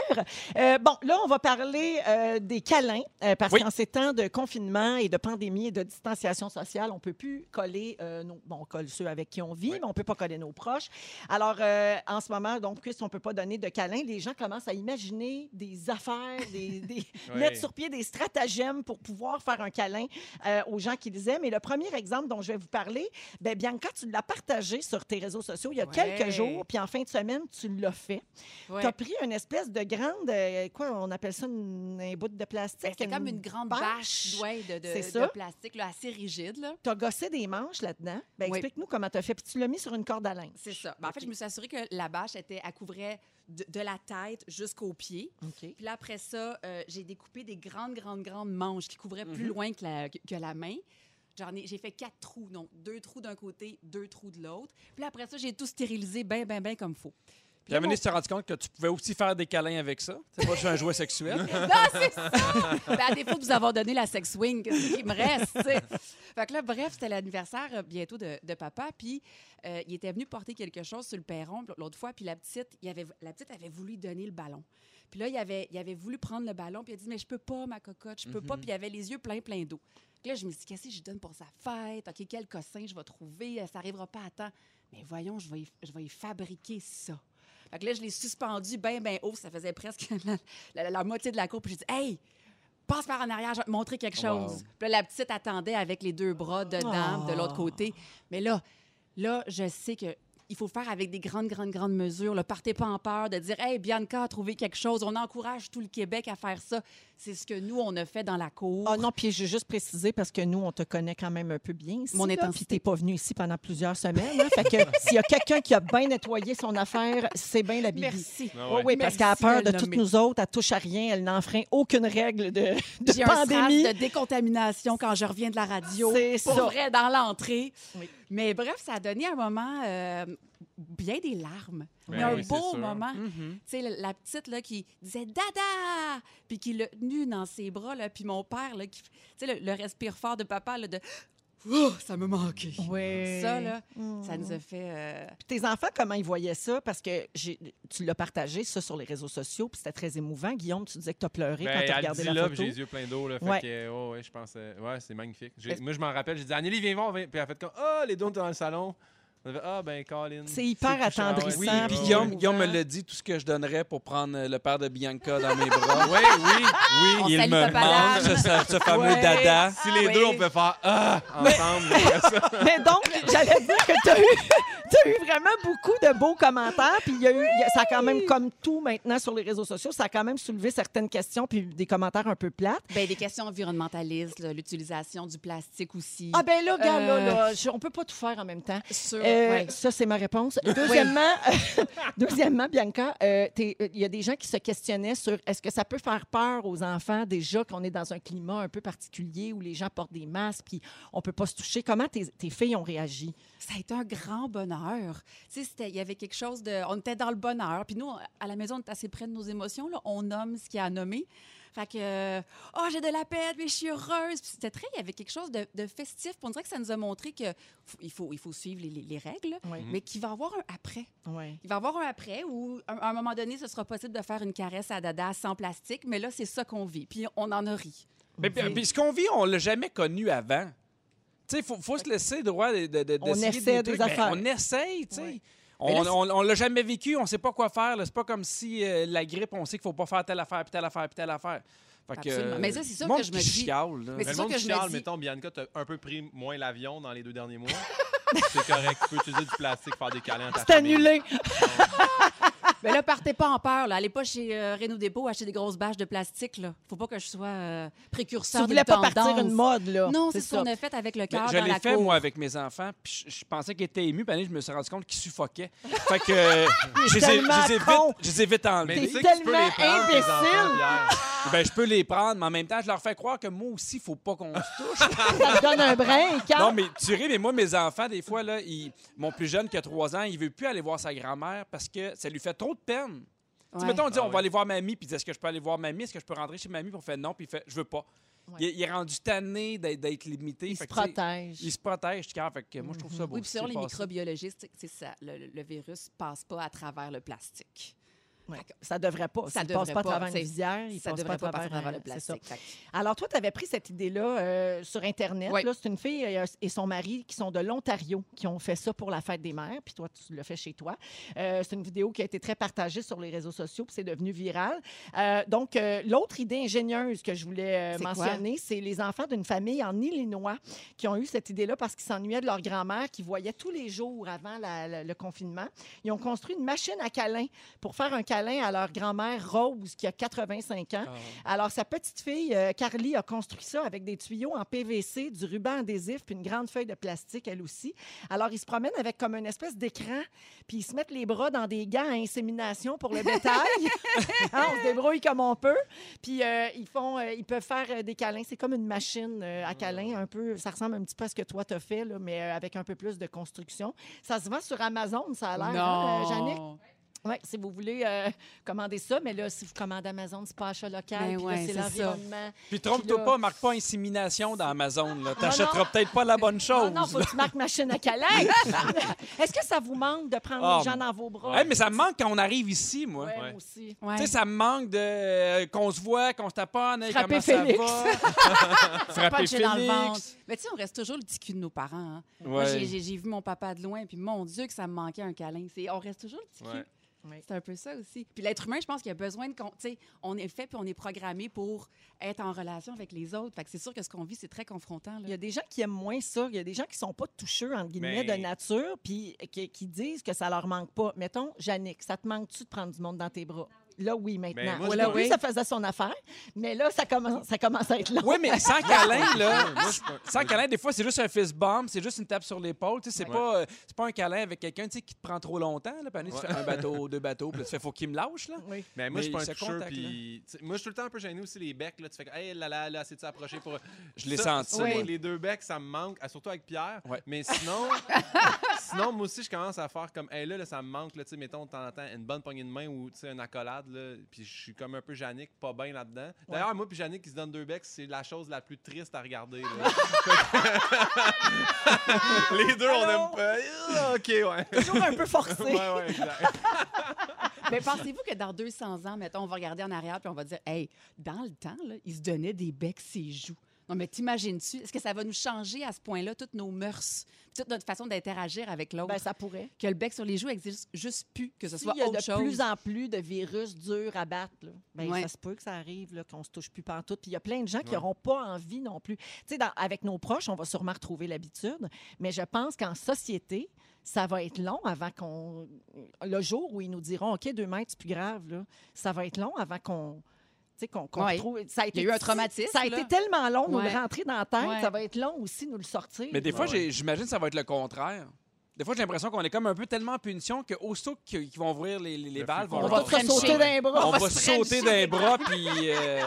S1: Euh, bon, là, on va parler euh, des câlins, euh, parce
S4: Oui.
S1: qu'en ces temps de confinement et de pandémie et de distanciation sociale, on peut plus coller euh, nos... Bon, on colle ceux avec qui on vit, mais on peut pas coller nos proches. Alors, euh, en ce moment, donc, puisqu'on peut pas donner de câlins, les gens commencent à imaginer des affaires, des- des,
S2: Ouais.
S1: mettre sur pied des stratagèmes pour pouvoir faire un câlin euh, aux gens qui les aiment. Et le premier exemple dont je vais vous parler, ben Bianca, tu l'as partagé sur tes réseaux sociaux il y a
S3: Ouais.
S1: quelques jours, puis en fin de semaine, tu l'as fait.
S3: Ouais.
S1: Tu as pris une espèce de grande, euh, quoi, on appelle ça une, un bout de plastique.
S3: Ben, c'est comme une grande bâche ouais, de, de-
S1: C'est
S3: de
S1: ça.
S3: plastique là, assez rigide. Là.
S1: Tu as gossé des manches là-dedans. Ben,
S3: Oui.
S1: Explique-nous comment tu as fait. Puis tu l'as mis sur une corde à linge.
S3: C'est ça. Ben, En fait, je me suis assurée que la bâche était à couvrir de, de la tête jusqu'aux pieds.
S1: OK.
S3: Puis là, après ça, euh, j'ai découpé des grandes, grandes, grandes manches qui couvraient
S1: Mhm.
S3: plus loin que la, que, que la main. J'en ai, j'ai fait quatre trous, donc deux trous d'un côté, deux trous de l'autre. Puis là, après ça, j'ai tout stérilisé bien, bien, bien comme faut.
S4: Puis la ministre s'est rendu compte que tu pouvais aussi faire des câlins avec ça. C'est pas juste un jouet sexuel.
S3: Non, c'est ça! Ben, à défaut de vous avoir donné la sex wing, qu'est-ce qui me reste? tu sais? Fait que là, bref, c'était l'anniversaire euh, bientôt de, de papa, puis euh, il était venu porter quelque chose sur le perron l'autre fois, puis la petite, il avait, la petite avait voulu lui donner le ballon. Puis là, il avait, il avait voulu prendre le ballon, puis il a dit, mais je peux pas, ma cocotte, je peux pas, puis il avait les yeux plein, plein d'eau. Fait que Là, je me suis dit, qu'est-ce que je lui donne pour sa fête? OK, quel cossin je vais trouver? Euh, Ça arrivera pas à temps. Mais voyons, je vais y- je vais y fabriquer ça. Fait que là, je l'ai suspendu bien, bien haut. Ça faisait presque la, la- la moitié de la cour. Puis j'ai dit, hey, passe par en arrière, je vais te montrer quelque chose. Puis là, la petite attendait avec les deux bras dedans,
S1: Oh.
S3: de l'autre côté. Mais là, là, je sais que. Il faut faire avec des grandes, grandes, grandes mesures. Là. Partez pas en peur de dire Hey, Bianca a trouvé quelque chose. On encourage tout le Québec à faire ça. C'est ce que nous, on a fait dans la cour.
S1: Ah non, puis je veux juste préciser parce que nous, on te connaît quand même un peu bien. Ici,
S3: Mon
S1: là, Puis
S3: intensité.
S1: t'es pas venu ici pendant plusieurs semaines. hein. fait que s'il y a quelqu'un qui a bien nettoyé son affaire, c'est bien la Bibi.
S3: Merci.
S2: Ah
S1: Oui,
S2: ouais.
S1: oui, parce
S3: Merci
S1: qu'elle a peur
S3: de
S1: de
S3: le
S1: toutes
S3: nommer.
S1: nous autres, elle touche à rien, elle n'enfreint aucune règle de, de
S3: J'ai un
S1: pandémie.
S3: strass de décontamination quand je reviens de la radio.
S1: C'est
S3: pour
S1: ça.
S3: vrai, dans l'entrée.
S1: Oui.
S3: Mais bref, ça a donné un moment euh, bien des larmes.
S2: Ben
S3: mais un
S2: oui, c'est
S3: beau
S2: sûr.
S3: moment.
S1: Mm-hmm.
S4: Mhm.
S3: Tu sais, la- la petite là, qui disait Dada! Puis qui l'a tenue dans ses bras. Là, puis mon père, là, qui, tu sais, le, le respire fort de papa, là, de Ouh, ça me manquait.
S1: Oui.
S3: Ça, là,
S1: Mm.
S3: ça nous a fait. euh,
S1: Puis Tes enfants, comment ils voyaient ça? Parce que j'ai- tu l'as partagé, ça, sur les réseaux sociaux, puis c'était très émouvant. Guillaume, tu disais que tu as pleuré
S2: Ben,
S1: quand tu as
S2: elle
S1: regardé
S2: dit
S1: la
S2: là, puis
S1: photo.
S2: j'ai les yeux pleins d'eau. Là, fait
S1: Ouais.
S2: que, oh, ouais, je pense, euh, ouais, c'est magnifique. J'ai-
S1: Est-ce-
S2: moi, je m'en rappelle, j'ai dit, Anneli, viens voir. viens. Puis elle a fait comme, ah, les deux, on était dans le salon. On a fait, ah, ben, Colin.
S1: C'est hyper
S2: touchant. Ah ouais,
S1: attendrissant.
S4: Oui,
S2: ça,
S4: puis
S2: ouais,
S4: Guillaume,
S1: ouais.
S4: Guillaume me l'a dit, tout ce que je donnerais pour prendre euh, le père de Bianca dans mes bras.
S2: Oui, oui, oui.
S3: On
S4: il
S3: salue
S4: me
S3: Papa
S4: mange
S3: Dan.
S4: ce, ce fameux
S1: Ouais.
S4: dada.
S2: Si les deux, on peut faire, ah, ensemble.
S1: Mais donc, j'allais dire que tu as, eu vraiment beaucoup de beaux commentaires. Puis il y a eu, il y a- ça a quand même, comme tout maintenant sur les réseaux sociaux, ça a quand même soulevé certaines questions puis des commentaires un peu plates.
S3: ben, des questions environnementalistes, là, l'utilisation du plastique aussi.
S1: Ah ben là, regarde, là,
S3: Euh.
S1: là, je- on peut pas tout faire en même temps.
S3: Sur,
S1: Euh, Euh,
S3: Ouais.
S1: Ça, c'est ma réponse. Deuxièmement, deuxièmement Bianca, euh, t'es- euh, il y a des gens qui se questionnaient sur est-ce que ça peut faire peur aux enfants déjà qu'on est dans un climat un peu particulier où les gens portent des masques puis on peut pas se toucher. Comment tes, tes filles ont réagi?
S3: Ça a été un grand bonheur. Tu sais, c'était- il y avait quelque chose de... On était dans le bonheur. Puis nous, à la maison, on est assez près de nos émotions. là. On nomme ce qu'il y a à nommer. Fait que, euh, oh, j'ai de la peine, mais je suis heureuse. Puis c'était très... Il y avait quelque chose de, de festif. Puis on dirait que ça nous a montré que f- il faut, il faut suivre les, les- les règles,
S1: Oui.
S3: mais qu'il va y avoir un après.
S4: Mm.
S1: Oui.
S3: Il va y avoir un après où, à un- à un moment donné, ce sera possible de faire une caresse à dada sans plastique, mais là, c'est ça qu'on vit. Puis on en a ri.
S4: Mais puis- puis ce qu'on vit, on l'a jamais connu avant. Tu sais, il faut, faut se laisser droit de, de, de-
S1: On
S4: d'essayer
S1: essaie des
S4: trucs, mais
S1: affaires.
S4: On essaye, tu sais.
S1: Ouais.
S4: On
S3: Mais là,
S4: on- on l'a jamais vécu, on sait pas quoi faire. là. C'est pas comme si euh, la grippe, on sait qu'il faut pas faire telle affaire, puis telle affaire, puis telle affaire. Fait que, euh,
S3: Absolument. Mais ça, c'est sûr
S4: le monde
S3: que je me
S4: qui
S3: dis-
S4: chiale, là.
S3: Mais
S2: Mais
S3: c'est
S2: le
S3: sûr
S2: monde
S3: que
S2: qui
S3: je me
S2: chiale,
S3: dis-
S2: mettons, Bianca, t'as un peu pris moins l'avion dans les deux derniers mois. c'est correct. Tu peux utiliser du plastique, faire des câlins à ta
S1: C'est
S2: famille.
S1: annulé.
S3: Mais là, partez pas en peur. Là. Allez pas chez euh, Renault Dépôt acheter des grosses bâches de plastique. Là. Faut pas que je sois euh,
S1: Tu
S3: précurseur d'une
S1: voulais pas partir
S3: tendance.
S1: une mode, là.
S3: Non, c'est ce qu'on a fait avec le
S4: Mais
S3: cœur
S4: je
S3: dans
S4: l'ai
S3: la
S4: fait,
S3: cour.
S4: moi, avec mes enfants, puis je, je pensais qu'ils étaient émus, puis à un moment donné, je me suis rendu compte qu'ils suffoquaient. Fait que euh, je, les ai,
S1: tellement
S4: je les ai vite,
S1: con.
S4: je les ai vite enlevés.
S2: Mais tu
S1: T'es
S2: sais que tu peux
S1: tellement
S2: les prendre, tes enfants,
S1: imbécile.
S2: Pierre.
S4: Ben, je peux les prendre, mais en même temps, je leur fais croire que moi aussi, faut pas qu'on se touche.
S1: Ça te donne un break. hein?
S4: Non, mais tu ris, mais moi, mes enfants, des fois, là, ils- mon plus jeune qui a 3 ans, il veut plus aller voir sa grand-mère parce que ça lui fait trop de peine. Tu sais,
S3: Ouais.
S4: mettons, on dit,
S2: Ah
S4: on
S2: oui.
S4: va aller voir mamie, puis il dit, est-ce que je peux aller voir mamie? Est-ce que je peux rentrer chez mamie? Puis on fait non, puis il fait, je veux pas.
S1: Ouais.
S4: Il, est- il est rendu tanné d'être d'être limité.
S1: Il se
S4: Fait que, tu sais,
S1: protège. Mhm.
S4: Il se protège, Ticard. Fait que moi, je trouve ça beau.
S3: Oui, puis
S4: ce qui
S3: sur
S4: s'est
S3: les
S4: passé.
S3: microbiologistes, c'est ça. Le, le virus passe pas à travers le plastique.
S1: Ouais. Ça devrait pas.
S3: Ça
S1: Ça ne
S3: devrait
S1: passe pas à
S3: pas,
S1: travers une
S3: t'sais.
S1: visière. Il
S3: ça
S1: passe
S3: devrait
S1: pas
S3: pas
S1: à
S3: passer à
S1: travers
S3: travers le
S1: c'est ça.
S3: plastique. Fait que-
S1: Alors, toi, tu avais pris cette idée-là euh, sur Internet.
S3: Oui.
S1: Là, c'est une fille et, euh, et son mari qui sont de l'Ontario qui ont fait ça pour la fête des mères. Puis toi, tu le fais chez toi. Euh, c'est une vidéo qui a été très partagée sur les réseaux sociaux, puis c'est devenu viral. Euh, donc, euh, l'autre idée ingénieuse que je voulais euh,
S3: C'est quoi?
S1: mentionner, c'est les enfants d'une famille en Illinois qui ont eu cette idée-là parce qu'ils s'ennuyaient de leur grand-mère qui voyait tous les jours avant la- la- le confinement. Ils ont construit une machine à câlin pour faire un câlin à leur grand-mère Rose qui a 85 ans.
S4: Ah ouais.
S1: Alors, sa petite fille, euh, Carly, a construit ça avec des tuyaux en PVC, du ruban adhésif, puis une grande feuille de plastique, elle aussi. Alors, ils se promènent avec comme une espèce d'écran, puis ils se mettent les bras dans des gants à insémination pour le bétail. Hein, on se débrouille comme on peut. Puis, euh, ils, font, euh, ils peuvent faire euh, des câlins. C'est comme une machine euh, à câlin, un peu. Ça ressemble un petit peu à ce que toi, t'as fait, là, mais euh, avec un peu plus de construction. Ça se vend sur Amazon, ça a l'air, hein, euh, Jannick?
S3: Non.
S1: Oui, si vous voulez euh, commander ça, mais là, si vous commandez Amazon, c'est pas achat local, puis
S3: Ben
S1: là,
S3: ouais,
S1: c'est
S3: c'est ça.
S1: l'environnement.
S4: Puis
S1: Puis là-
S4: trompe-toi pas, marque pas insémination dans Amazon. là.
S1: non.
S4: T'achèteras peut-être pas la bonne
S1: Non,
S4: chose.
S1: Ah non, faut que tu marques machine à câlin. Est-ce que ça vous manque de prendre
S4: Ah,
S1: les gens dans vos bras?
S4: Hey, mais ça me manque quand on arrive ici, moi.
S1: Ouais, moi
S2: Ouais.
S1: aussi.
S3: Ouais.
S4: Tu sais, ça me manque de euh, qu'on se voit, qu'on se taponne, hey,
S1: Frapper
S4: comment
S1: Félix.
S4: ça va. Frapper
S3: Puncher dans le ventre.
S4: Félix.
S3: Mais tu sais, on reste toujours le petit cul de nos parents. hein. Moi, j'ai-
S4: Ouais.
S3: j'ai j'ai vu mon papa de loin, puis mon Dieu, que ça me manquait un câlin. C'est- On reste toujours le petit cul.
S2: Ouais.
S3: C'est un peu ça aussi. Puis l'être humain, je pense qu'il a besoin de. con- Tu sais, on est fait puis on est programmé pour être en relation avec les autres. Fait que c'est sûr que ce qu'on vit, c'est très confrontant. là.
S1: Il y a des gens qui aiment moins ça. Il y a des gens qui sont pas toucheux, entre guillemets,
S2: Mais-
S1: de nature, puis qui, qui disent que ça leur manque pas. Mettons, Yannick, ça te manque-tu de prendre du monde dans tes bras? Là, oui, maintenant.
S2: Ben, moi, je
S1: Voilà,
S2: peux-
S1: oui, ça faisait son affaire, mais là, ça commence, ça commence à être long.
S4: Oui, mais sans câlin, là.
S2: Moi, je peux-
S4: Sans câlin, des fois, c'est juste un fist bump, c'est juste une tape sur l'épaule. Tu sais, c'est
S2: Ouais.
S4: pas, euh, c'est pas un câlin avec quelqu'un tu sais, qui te prend trop longtemps. Là, puis à un moment donné, tu
S2: Ouais.
S4: fais un bateau, deux bateaux, puis là, tu fais faut qu'il me lâche. Là.
S1: Oui.
S2: Mais moi, je suis
S4: Mais
S2: pas un
S4: ce
S2: toucheur,
S4: contact,
S2: puis... tu sais, Moi, je suis tout le temps un peu gêné aussi, les becs, là. Tu fais que, hey, là, là, là, c'est-tu approché pour...
S4: Je l'ai
S2: Ça,
S4: senti.
S2: ça,
S1: Oui.
S4: moi.
S2: Les deux becs, ça me manque, ah, surtout avec Pierre.
S4: Ouais.
S2: Mais sinon, sinon, moi aussi, je commence à faire comme, hey, là, là, ça me manque, là, tu sais, mettons, t'entends une bonne poignée de main ou, tu sais, une accolade, là, puis je suis comme un peu Jannick, pas bien là-dedans. D'ailleurs, moi puis Jannick qui se donne deux becs, c'est la chose la plus triste à regarder, là. Fait que- Les deux, on aime pas. Ah, OK, ouais.
S1: Toujours un peu forcé.
S2: ouais, ouais, exact.
S3: Mais pensez-vous que dans 200 ans, mettons, on va regarder en arrière puis on va dire, hey, dans le temps, là, ils se donnaient des becs ses joues. Non, mais t'imagines-tu, est-ce que ça va nous changer à ce point-là toutes nos mœurs, puis toute notre façon d'interagir avec l'autre?
S1: Ben, ça pourrait.
S3: Que le bec sur les joues existe juste plus, que ce soit
S1: S'il y a
S3: autre
S1: de
S3: chose.
S1: plus en plus de virus durs à battre, là, ben,
S3: Ouais.
S1: ça se peut que ça arrive, là, qu'on se touche plus pantoute. Puis il y a plein de gens qui
S2: Ouais.
S1: n'auront pas envie non plus. Tu sais, dans- avec nos proches, on va sûrement retrouver l'habitude, mais je pense qu'en société, ça va être long avant qu'on... Le jour où ils nous diront, OK, deux mètres, c'est plus grave, là, ça va être long avant qu'on... tu sais, Qu'on, qu'on
S3: Ouais.
S1: retrouve- Ça a été
S3: eu un traumatisme,
S1: Ça a
S3: là.
S1: été tellement long, nous
S3: Ouais.
S1: le rentrer dans la tête.
S3: Ouais.
S1: Ça va être long aussi, nous le sortir.
S4: Mais des fois,
S2: Ouais, ouais.
S4: j'ai- j'imagine que ça va être le contraire. Des fois, j'ai l'impression qu'on est comme un peu tellement en punition que aussitôt qu'ils qu'ils vont ouvrir les, les- les
S2: Le
S4: balles,
S2: free for
S1: On
S4: vont
S2: all.
S1: va
S4: leur-
S1: te faire sauter d'un bras.
S4: on va
S3: se
S4: sauter
S3: frencher.
S4: d'un bras, puis... euh,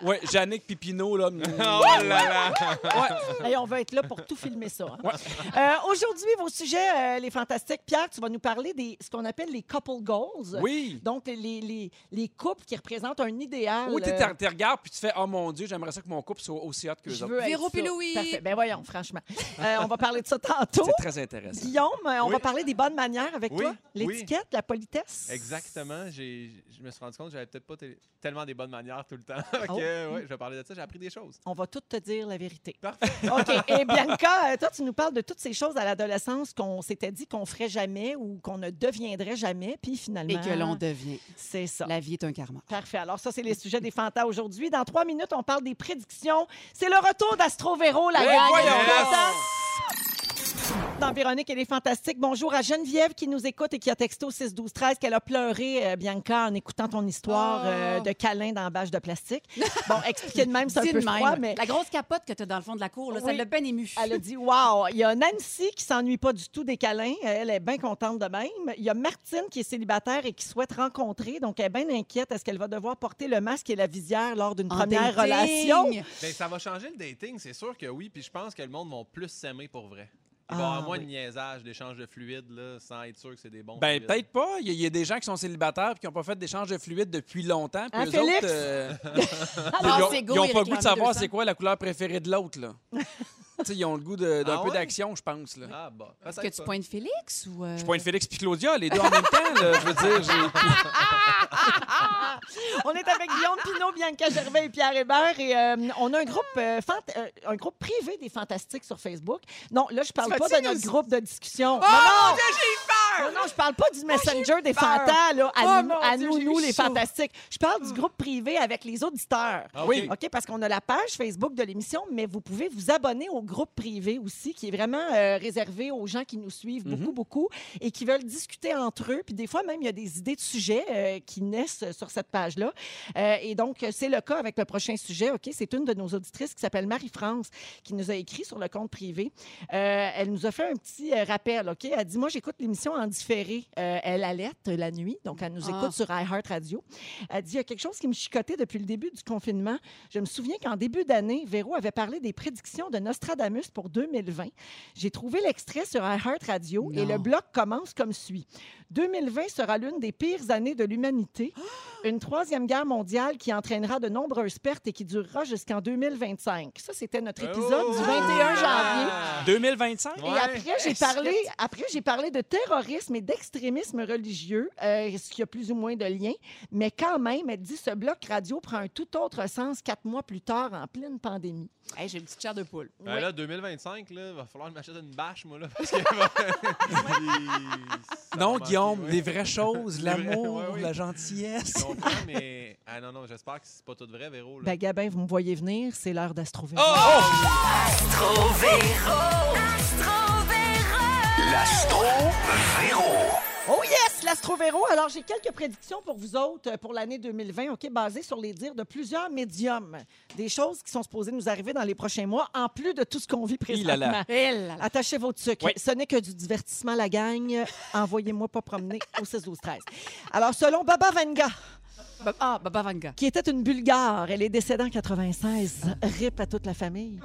S4: Ouais, Yannick Pipineau, là. mm.
S2: Oh là là!
S4: Ouais.
S1: Hey, on va être là pour tout filmer ça. hein. Euh, Aujourd'hui, vos sujets, euh, les fantastiques. Pierre, tu vas nous parler des ce qu'on appelle les couple goals.
S4: Oui.
S1: Donc, les, les, les couples qui représentent un idéal.
S4: Oui, tu
S1: euh,
S4: t'es- t'es regardes, puis tu fais « Oh mon Dieu, j'aimerais ça que mon couple soit aussi hot que les
S1: je
S4: autres.
S1: veux être
S3: Véro
S1: ça.
S3: puis Louis.
S1: Parfait. Ben voyons, franchement. Euh, on va parler de ça » tantôt.
S4: C'est très intéressant.
S1: Guillaume, euh, on
S2: Oui.
S1: va parler des bonnes manières avec
S2: Oui,
S1: toi.
S2: oui.
S1: L'étiquette, la politesse.
S2: Exactement. j'ai- Je me suis rendu compte que j'avais peut-être pas tél- tellement des bonnes manières tout le temps. Fait
S1: Oh.
S2: que, ouais, je vais parler de ça. J'ai appris des choses.
S1: On va tout te dire la vérité.
S2: Parfait.
S1: OK. Et Bianca, euh, toi, tu nous parles de toutes ces choses à l'adolescence qu'on s'était dit qu'on ferait jamais ou qu'on ne deviendrait jamais, puis finalement,
S3: Et que l'on devient.
S1: c'est ça.
S3: La vie est un karma.
S1: Parfait. Alors, ça, c'est les sujets des fantas aujourd'hui. Dans trois minutes, on parle des prédictions. C'est le retour d'Astro Véro, la
S4: Eh,
S1: gang.
S4: voyons
S1: Elle est
S4: donc!
S1: contente. Dans Véronique, elle est fantastique. Bonjour à Geneviève qui nous écoute et qui a texté au 6 12 13 qu'elle a pleuré, euh, Bianca, en écoutant ton histoire
S3: Oh.
S1: euh, de câlin dans la bâche de plastique. Bon, expliquer de même, c'est un
S3: Dis
S1: peu
S3: de même.
S1: froid, mais
S3: La grosse capote que tu as dans le fond de la cour, là, ça
S1: Oui.
S3: l'a bien ému.
S1: elle a dit Wow! Il y a Nancy qui s'ennuie pas du tout des câlins. Elle est bien contente de même. Il y a Martine qui est célibataire et qui souhaite rencontrer. Donc, elle est bien inquiète. Est-ce qu'elle va devoir porter le masque et la visière lors d'une
S3: En
S1: première
S3: dating.
S1: relation?
S2: Ben, ça va changer le dating, c'est sûr que oui. Puis je pense que le monde va plus s'aimer pour vrai. Il va y
S1: Ah,
S2: avoir moins
S1: oui.
S2: de niaisage, d'échange de fluides, là, sans être sûr que c'est des bons.
S4: Ben,
S2: fluides.
S4: peut-être pas. Il y, a- il y a des gens qui sont célibataires et qui n'ont pas fait d'échange de fluide depuis longtemps. Puis
S1: Hein,
S4: eux
S1: Félix?
S4: autres, euh,
S3: Alors,
S4: ils ont-
S3: c'est
S4: ils
S3: go,
S4: n'ont
S3: il
S4: pas le
S3: réclame
S4: goût de savoir
S3: 200.
S4: c'est quoi la couleur préférée de l'autre. là. Tu sais, ils ont le goût de- d'un
S2: Ah
S4: peu
S2: ouais?
S4: d'action, je pense. Là.
S2: Ah, bah.
S3: Est-ce que tu pointes Félix ou. euh,
S4: Je pointe Félix puis Claudia, les deux en même temps. là. je veux dire, j'ai-
S1: On est avec Guillaume Pinot, Bianca Gervais et Pierre Hébert. Et euh, on a un groupe, euh, fant- euh, un groupe privé des Fantastiques sur Facebook. Non, là, je parle
S4: Tu
S1: pas
S4: vas-tu
S1: de notre
S4: nous-
S1: groupe de discussion.
S4: Oh,
S1: non,
S4: mon Dieu, j'ai
S1: non, non, je parle pas du Messenger des Fantas, là, à,
S4: Oh,
S1: nous,
S4: mon
S1: à
S4: Dieu,
S1: nous,
S4: j'ai
S1: nous,
S4: eu
S1: les
S4: chaud.
S1: Fantastiques. Je parle du groupe privé avec les auditeurs.
S2: Ah,
S4: Oui.
S2: OK.
S1: OK, parce qu'on a la page Facebook de l'émission, mais vous pouvez vous abonner au groupe privé aussi, qui est vraiment euh, réservé aux gens qui nous suivent beaucoup, beaucoup, et qui veulent discuter entre eux. Puis des fois, même, il y a des idées de sujets euh, qui naissent sur cette page-là. Euh, et donc, c'est le cas avec le prochain sujet. OK, c'est une de nos auditrices qui s'appelle Marie-France, qui nous a écrit sur le compte privé. Euh, elle nous a fait un petit euh, rappel, OK? Elle dit, moi, j'écoute l'émission en différé. Euh, elle alerte la nuit, donc elle nous
S3: Ah.
S1: écoute sur iHeartRadio. Elle dit, il y a quelque chose qui me chicotait depuis le début du confinement. Je me souviens qu'en début d'année, Véro avait parlé des prédictions de Nostradamus pour 2020. J'ai trouvé l'extrait sur iHeartRadio et
S3: Non.
S1: le bloc commence comme suit. 2020 sera l'une des pires années de l'humanité. Une troisième guerre mondiale qui entraînera de nombreuses pertes et qui durera jusqu'en 2025. Ça, c'était notre épisode
S2: Oh!
S1: du 21 janvier.
S2: Ah!
S4: 2025?
S2: Ouais.
S1: Et après, j'ai
S4: Est-ce que
S1: parlé,
S4: tu-
S1: après, j'ai parlé de terrorisme et d'extrémisme religieux, euh, ce qui a plus ou moins de lien. Mais quand même, elle dit, ce bloc radio prend un tout autre sens quatre mois plus tard, en pleine pandémie.
S3: Hey, J'ai une petite chair de poule.
S2: Ben
S1: Ouais.
S2: là, 2025, là, va falloir que je m'achète une bâche, moi, là, parce que... Il- ça
S4: Non,
S2: va manquer,
S4: Guillaume,
S2: ouais.
S4: les vraies choses,
S2: Les vraies-
S4: l'amour,
S2: ouais, oui.
S4: la
S2: Je
S4: gentillesse.
S2: comprends, mais... Ah non, non, j'espère que c'est pas tout vrai, Véro, là.
S1: Ben, Gabin, vous me voyez venir, c'est l'heure d'Astrovéro. Oh yes, l'Astrovéro! Alors, j'ai quelques prédictions pour vous autres euh, pour l'année 2020, OK, basées sur les dires de plusieurs médiums. Des choses qui sont supposées nous arriver dans les prochains mois, en plus de tout ce qu'on vit
S4: Il a la-
S1: présentement.
S3: Elle, là, là.
S1: Attachez vos trucs.
S4: Oui.
S1: Ce n'est que du divertissement, la gang. Envoyez-moi pas promener au 16 12 13 Alors, selon Baba Vanga,
S3: Ba- Ah, Baba Vanga.
S1: qui était une Bulgare, elle est décédée en 96, rip à toute la famille.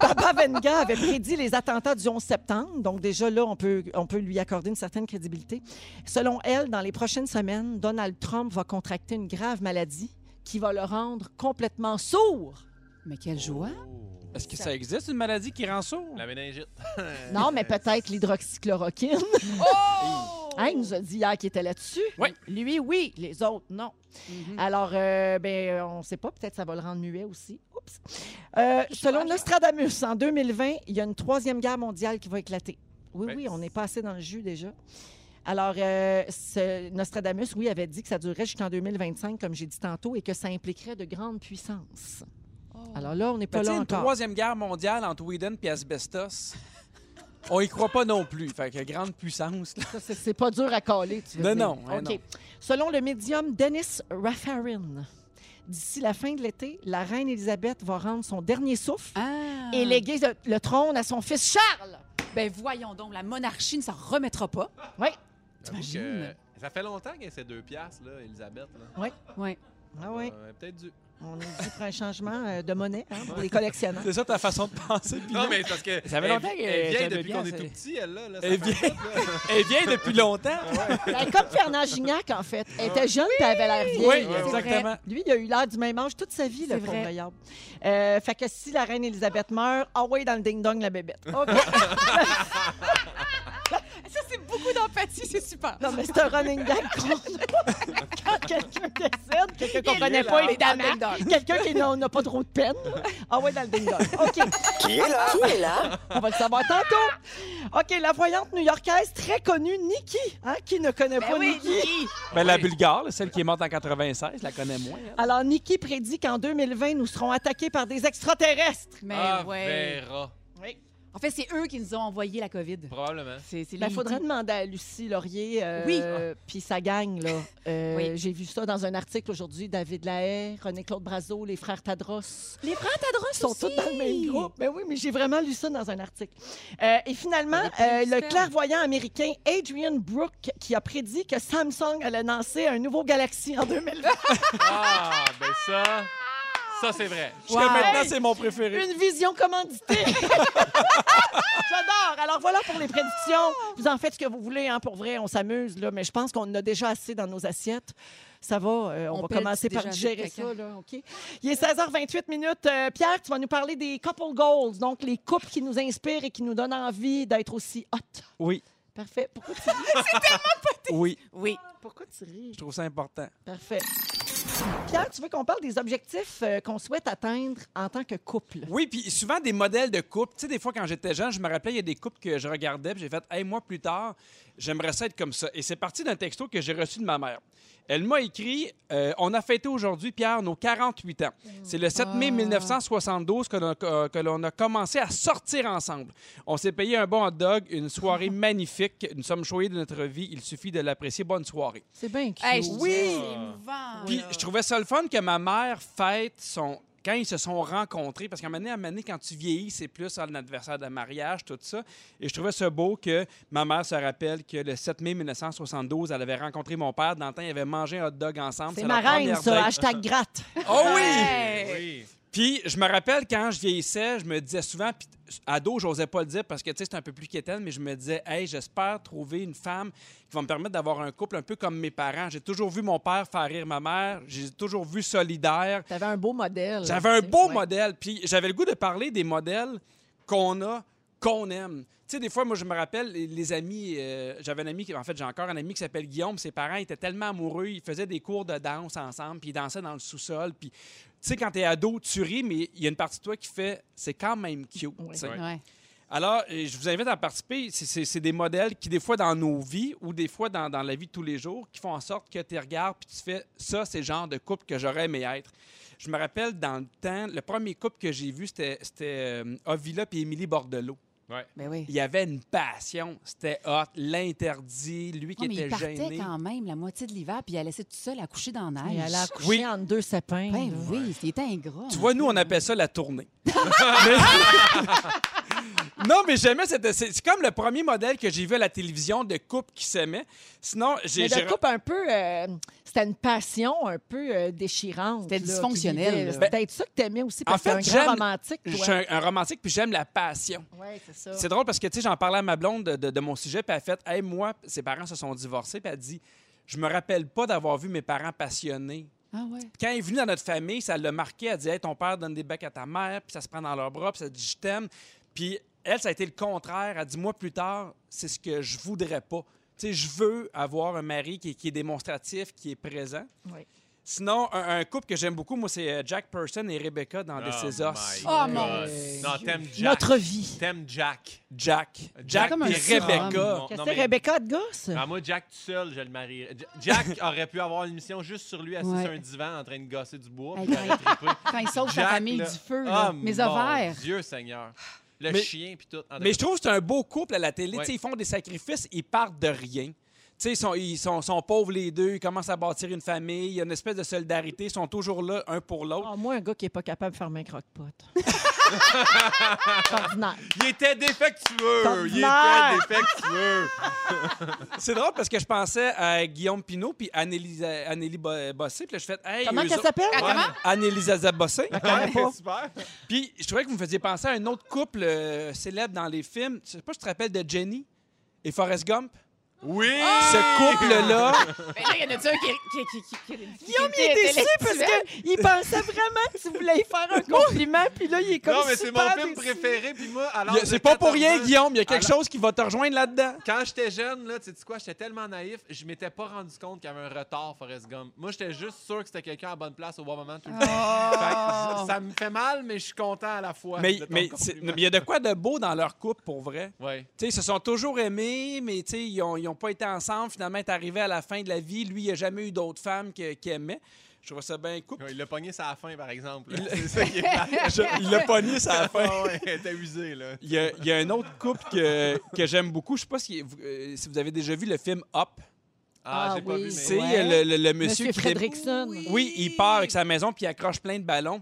S1: Baba Vanga avait prédit les attentats du 11 septembre, donc déjà là, on peut, on peut lui accorder une certaine crédibilité. Selon elle, dans les prochaines semaines, Donald Trump va contracter une grave maladie qui va le rendre complètement sourd.
S3: Mais quelle joie.
S2: Oh.
S4: Est-ce que ça existe, une maladie qui rend sourd?
S2: La méningite.
S1: Non, mais peut-être l'hydroxychloroquine. Hein, il nous a dit hier qu'il était là-dessus.
S4: Oui.
S1: Lui, oui. Les autres, non.
S3: Mhm.
S1: Alors, euh, ben, euh, on ne sait pas. Peut-être ça va le rendre muet aussi. Oups. Euh, selon Nostradamus, en 2020, il y a une troisième guerre mondiale qui va éclater. Oui,
S2: Ben,
S1: oui, on est passé dans le jus déjà. Alors, euh, ce- Nostradamus, oui, avait dit que ça durerait jusqu'en 2025, comme j'ai dit tantôt, et que ça impliquerait de grandes puissances. Alors là, on n'est
S4: Fait
S1: pas
S4: que, tu
S1: là
S4: sais, une
S1: encore.
S4: troisième guerre mondiale entre Whedon et Asbestos. On y croit pas non plus. Fait que grande puissance. là.
S1: Ça, c'est- C'est pas dur à coller, tu
S4: Non,
S1: veux dire.
S4: non, hein,
S1: OK.
S4: non.
S1: Selon le médium Dennis Raffarin, d'ici la fin de l'été, la reine Élisabeth va rendre son dernier souffle
S3: Ah.
S1: et léguer le, le trône à son fils Charles.
S3: Ben voyons donc, la monarchie ne s'en remettra pas.
S1: Oui.
S2: J'avoue que-
S3: T'imagines?
S2: Ça fait longtemps qu'elle a ces deux piastres, là, Elisabeth. Là.
S3: Oui.
S1: Ah oui.
S2: Euh, Peut-être du.
S1: On est dû pour un changement euh, de monnaie hein, pour les collectionneurs.
S4: C'est ça ta façon de penser. puis
S2: Non, mais parce que.
S4: Ça fait
S2: elle-
S4: longtemps qu'elle-
S2: Elle vieille
S4: qu'elle
S2: depuis
S4: devient,
S2: qu'on est
S4: ça.
S2: tout petit, elle, là. là ça
S4: Elle
S2: fait
S4: vieille.
S2: un bout, là.
S4: Elle vieille depuis longtemps.
S1: Ben, comme Fernand Gignac, en fait. Elle était jeune, puis elle avait l'air vieille.
S4: Ah. Oui,
S1: C'est vrai.
S4: exactement.
S1: Lui, il a eu l'air du même âge toute sa vie, le
S3: C'est
S1: pauvre
S3: vrai.
S1: Gaillard. Euh, fait que si la reine Elisabeth meurt, ah ouais, dans le ding-dong, la bébête. OK.
S3: Ça, c'est beaucoup d'empathie, c'est super.
S1: Non, mais c'est un running gag qu'on a. Quand quelqu'un décède, quelqu'un qu'on connaît pas,
S3: il est dans le
S1: évidemment,
S3: ding-dong.
S1: quelqu'un qui n'a n'a pas trop de peine, ah ouais, dans le ding-dong. OK.
S6: Qui est là? Qui est là?
S1: On va le savoir tantôt. OK, la voyante new-yorkaise très connue, Nikki. Hein, qui ne connaît pas Nikki?
S4: Ben, la Bulgare, là, celle qui est morte en 96, je la connais moins. hein. elle.
S1: Alors, Nikki prédit qu'en 2020, nous serons attaqués par des extraterrestres.
S3: Mais
S2: Ah,
S4: ben.
S3: ouais.
S2: verra.
S3: En fait, c'est eux qui nous ont envoyé la COVID.
S2: Probablement.
S3: C'est c'est
S1: Il
S3: les
S1: Ben, faudrait demander à Lucie Laurier, euh,
S3: Oui.
S1: puis sa gang. Là. Euh,
S3: Oui.
S1: J'ai vu ça dans un article aujourd'hui. David Lahaye, René-Claude Brazo, les frères Tadros.
S3: Les frères Tadros
S1: Ils sont tous dans le même groupe. Mais oui, mais j'ai vraiment lu ça dans un article. Euh, et finalement,
S3: Ça dépend
S1: euh,
S3: du
S1: le
S3: sperme.
S1: clairvoyant américain Adrian Brooke, qui a prédit que Samsung allait lancer un nouveau Galaxy en 2020.
S2: Ah, ben ça. Ça, c'est vrai.
S4: Jusqu'à
S3: Wow.
S4: maintenant, c'est mon préféré.
S1: Une vision commanditée. J'adore. Alors voilà pour les prédictions. Vous en faites ce que vous voulez, hein, pour vrai, on s'amuse là, mais je pense qu'on en a déjà assez dans nos assiettes. Ça va, euh, on,
S3: On
S1: va
S3: pèle
S1: commencer par
S3: déjà
S1: digérer
S3: avec
S1: ça
S3: quelqu'un.
S1: là, OK. Il est 16h28 minutes. Euh, Pierre, tu vas nous parler des couple goals, donc les couples qui nous inspirent et qui nous donnent envie d'être aussi hot.
S4: Oui,
S1: Parfait. Pourquoi tu ris?
S4: oui,
S3: Oui.
S1: Pourquoi tu
S4: je
S1: ris?
S4: trouve ça important.
S1: Parfait. Pierre, tu veux qu'on parle des objectifs euh, qu'on souhaite atteindre en tant que couple?
S4: Oui, puis souvent des modèles de couple. Tu sais, des fois, quand j'étais jeune, je me rappelais, il y a des couples que je regardais, puis j'ai fait, hey, moi, plus tard, j'aimerais ça être comme ça. Et c'est parti d'un texto que j'ai reçu de ma mère. Elle m'a écrit euh, On a fêté aujourd'hui, Pierre, nos 48 ans. C'est le 7 mai 1972 que l'on que- que l'on a commencé à sortir ensemble. On s'est payé un bon hot dog, une soirée magnifique. Nous sommes choyés de notre vie. Il suffit de l'apprécier. Bonne soirée.
S1: C'est bien cute.
S3: Hey, je-
S4: Oui.
S3: C'est
S1: Ah
S3: émouvant.
S4: Puis je trouvais ça le fun que ma mère fête son. Quand ils se sont rencontrés, parce qu'à un moment donné, à un moment donné, quand tu vieillis, c'est plus un adversaire de mariage, tout ça. Et je trouvais ça beau que ma mère se rappelle que le 7 mai 1972, elle avait rencontré mon père. Dans le temps, ils avaient mangé un hot dog ensemble.
S1: C'est
S4: leur
S1: ma reine,
S4: première
S1: ça.
S4: date.
S1: Hashtag gratte.
S4: Oh oui!
S3: Ouais.
S2: Oui.
S4: Puis je me rappelle quand je vieillissais, je me disais souvent, puis ado, j'osais pas le dire parce que tu sais, c'était un peu plus quétaine, mais je me disais, hey, j'espère trouver une femme qui va me permettre d'avoir un couple un peu comme mes parents. J'ai toujours vu mon père faire rire ma mère, j'ai toujours vu solidaire.
S1: T'avais un beau modèle.
S4: J'avais un beau
S1: Ouais.
S4: modèle, puis j'avais le goût de parler des modèles qu'on a, qu'on aime. Tu sais, des fois, moi, je me rappelle, les, les amis, euh, j'avais un ami, qui, en fait, j'ai encore un ami qui s'appelle Guillaume, ses parents étaient tellement amoureux, ils faisaient des cours de danse ensemble, puis ils dansaient dans le sous-sol, puis tu sais, quand t'es ado, tu ris, mais il y a une partie de toi qui fait, c'est quand même cute, tu sais.
S2: Ouais.
S3: Ouais.
S4: Alors, euh, je vous invite à participer. C'est- C'est c'est des modèles qui, des fois, dans nos vies ou des fois dans, dans la vie de tous les jours, qui font en sorte que tu regardes puis tu fais ça, c'est le genre de couple que j'aurais aimé être. Je me rappelle dans le temps, le premier couple que j'ai vu, c'était c'était, euh, Avila et Émilie Bordelot.
S3: Ben oui.
S4: Il y avait une passion. C'était hot, l'interdit, lui qui
S3: Non, Oh, mais il
S4: était
S3: partait
S4: gêné.
S3: quand même la moitié de l'hiver, puis il la laissait tout seul accoucher dans la
S1: Et
S3: neige.
S1: elle a accouché
S4: Oui.
S1: entre deux sapins.
S3: Ben
S1: là.
S3: oui, c'était ingrat.
S4: Tu vois, nous, on appelle ça la tournée. Mais- non, mais jamais. c'était- C'est c'est comme le premier modèle que j'ai vu à la télévision de couple qui s'aimait. Sinon, j'ai.
S1: Mais
S4: j'ai-
S1: le couple un peu, euh, c'était une passion un peu euh, déchirante.
S3: C'était
S1: là,
S3: dysfonctionnel,
S1: qui vivait.
S3: là.
S1: C'était peut-être ça que t'aimais aussi, parce
S4: En
S1: que
S4: fait,
S1: t'es un grand
S4: j'aime-
S1: romantique,
S4: Je
S1: toi. Ah.
S4: suis un, un romantique, puis j'aime la passion.
S1: Oui, c'est ça.
S4: C'est drôle parce que, tu sais, j'en parlais à ma blonde de, de- de mon sujet, puis elle a fait Hey, moi, ses parents se sont divorcés, puis elle dit Je me rappelle pas d'avoir vu mes parents passionnés.
S3: Ah ouais.
S4: Quand elle est venue dans notre famille, ça l'a marqué. Elle dit Hey, ton père donne des becs à ta mère, puis ça se prend dans leurs bras, puis ça dit Je t'aime. Puis elle, ça a été le contraire. Elle dit Moi, plus tard, c'est ce que je voudrais pas. Tu sais, je veux avoir un mari qui, est- qui est démonstratif, qui est présent.
S1: Oui.
S4: Sinon, un, un couple que j'aime beaucoup, moi, c'est euh, Jack Person et Rebecca dans Des
S2: Oh
S4: Césars.
S2: my
S3: Oh, mon
S2: God.
S1: Dieu.
S2: Non, t'aimes Jack.
S1: Notre vie.
S2: T'aimes Jack.
S4: Jack. Jack
S3: comme un
S4: et
S3: surhomme.
S4: Rebecca.
S1: Qu'est-ce
S2: Non,
S1: que
S2: mais-
S1: Rebecca de gosse?
S2: Ah, moi, Jack tout seul, je le marierais. J- Jack aurait pu avoir une émission juste sur lui, assis
S3: Ouais.
S2: sur un divan en train de gosser du bois.
S3: Hey,
S2: puis il aurait trippé.
S3: Quand il sauve sa
S2: Jack,
S3: famille
S2: là.
S3: du feu,
S2: Ah,
S3: là. mes
S2: mon
S3: ovaires.
S2: Dieu Seigneur. Le
S4: Mais-
S2: chien, puis tout. En
S4: Mais je trouve que c'est un beau couple à la télé.
S2: Ouais.
S4: Tu sais, Ils font des sacrifices, ils partent de rien. sais, ils, sont, ils sont, sont pauvres les deux, ils commencent à bâtir une famille, il y a une espèce de solidarité, ils sont toujours là, un pour l'autre.
S1: Ah, moi, un gars qui n'est pas capable de fermer un croque-pot. C'est ordinaire.
S2: Il était défectueux! Il
S1: Ordinaire.
S2: était défectueux!
S4: C'est drôle parce que je pensais à Guillaume Pinault puis Annélie Annélie Bo- Bossé, puis là, je fais hey,
S1: Comment
S4: eux
S1: qu'elle
S4: autres-
S1: s'appelle?
S3: Ah, comment?
S4: Annélie Zaza Bossé.
S2: Ouais, super!
S4: Puis je trouvais que vous me faisiez penser à un autre couple euh, célèbre dans les films. Je sais pas si tu te rappelles de Jenny et Forrest Gump.
S2: Oui!
S3: Oh!
S4: Ce couple-là,
S3: Mais là, il y en a-tu un qui. qui, qui, qui, qui
S1: Guillaume, il est déçu parce qu'il pensait vraiment que tu voulais lui faire un compliment, puis là, il est comme
S2: non, mais c'est mon
S1: super
S2: film
S1: déçu.
S2: préféré, puis moi,
S4: il
S2: alors.
S4: y a- c'est pas pour rien, Guillaume, il y a quelque
S2: Alors-
S4: chose qui va te rejoindre là-dedans.
S2: Quand j'étais jeune, là, tu sais quoi, j'étais tellement naïf, je m'étais pas rendu compte qu'il y avait un retard, Forrest Gump. Moi, j'étais juste sûr que c'était quelqu'un à bonne place au bon moment tout le temps.
S3: Oh!
S2: Fait que ça me fait mal, mais je suis content à la fois.
S4: Mais
S2: de ton
S4: mais c'est-
S2: compliment.
S4: mais il y a de quoi de beau dans leur couple pour vrai.
S2: Ouais.
S4: Tu sais, ils se sont toujours aimés, mais tu sais, ils n'ont pas été ensemble. Finalement, il est arrivé à la fin de la vie. Lui, il n'a jamais eu d'autres femmes que- qu'il aimait. Je trouve ça bien cool.
S2: Ouais, Il l'a pogné sa fin, par exemple. là. C'est ça qui est mal.
S4: Je- il l'a pogné sur la fin.
S2: Ah ouais, elle était usée, là.
S4: Il y, a, il y a un autre couple que, que j'aime beaucoup. Je sais pas si vous, euh, si vous avez déjà vu le film Up.
S2: Ah,
S1: Ah
S2: j'ai pas
S1: oui.
S2: vu, mais.
S4: C'est euh,
S1: Ouais.
S4: le, le- le monsieur,
S1: Monsieur
S4: qui dé-
S1: Fredrickson.
S4: Oui, il part avec sa maison puis il accroche plein de ballons.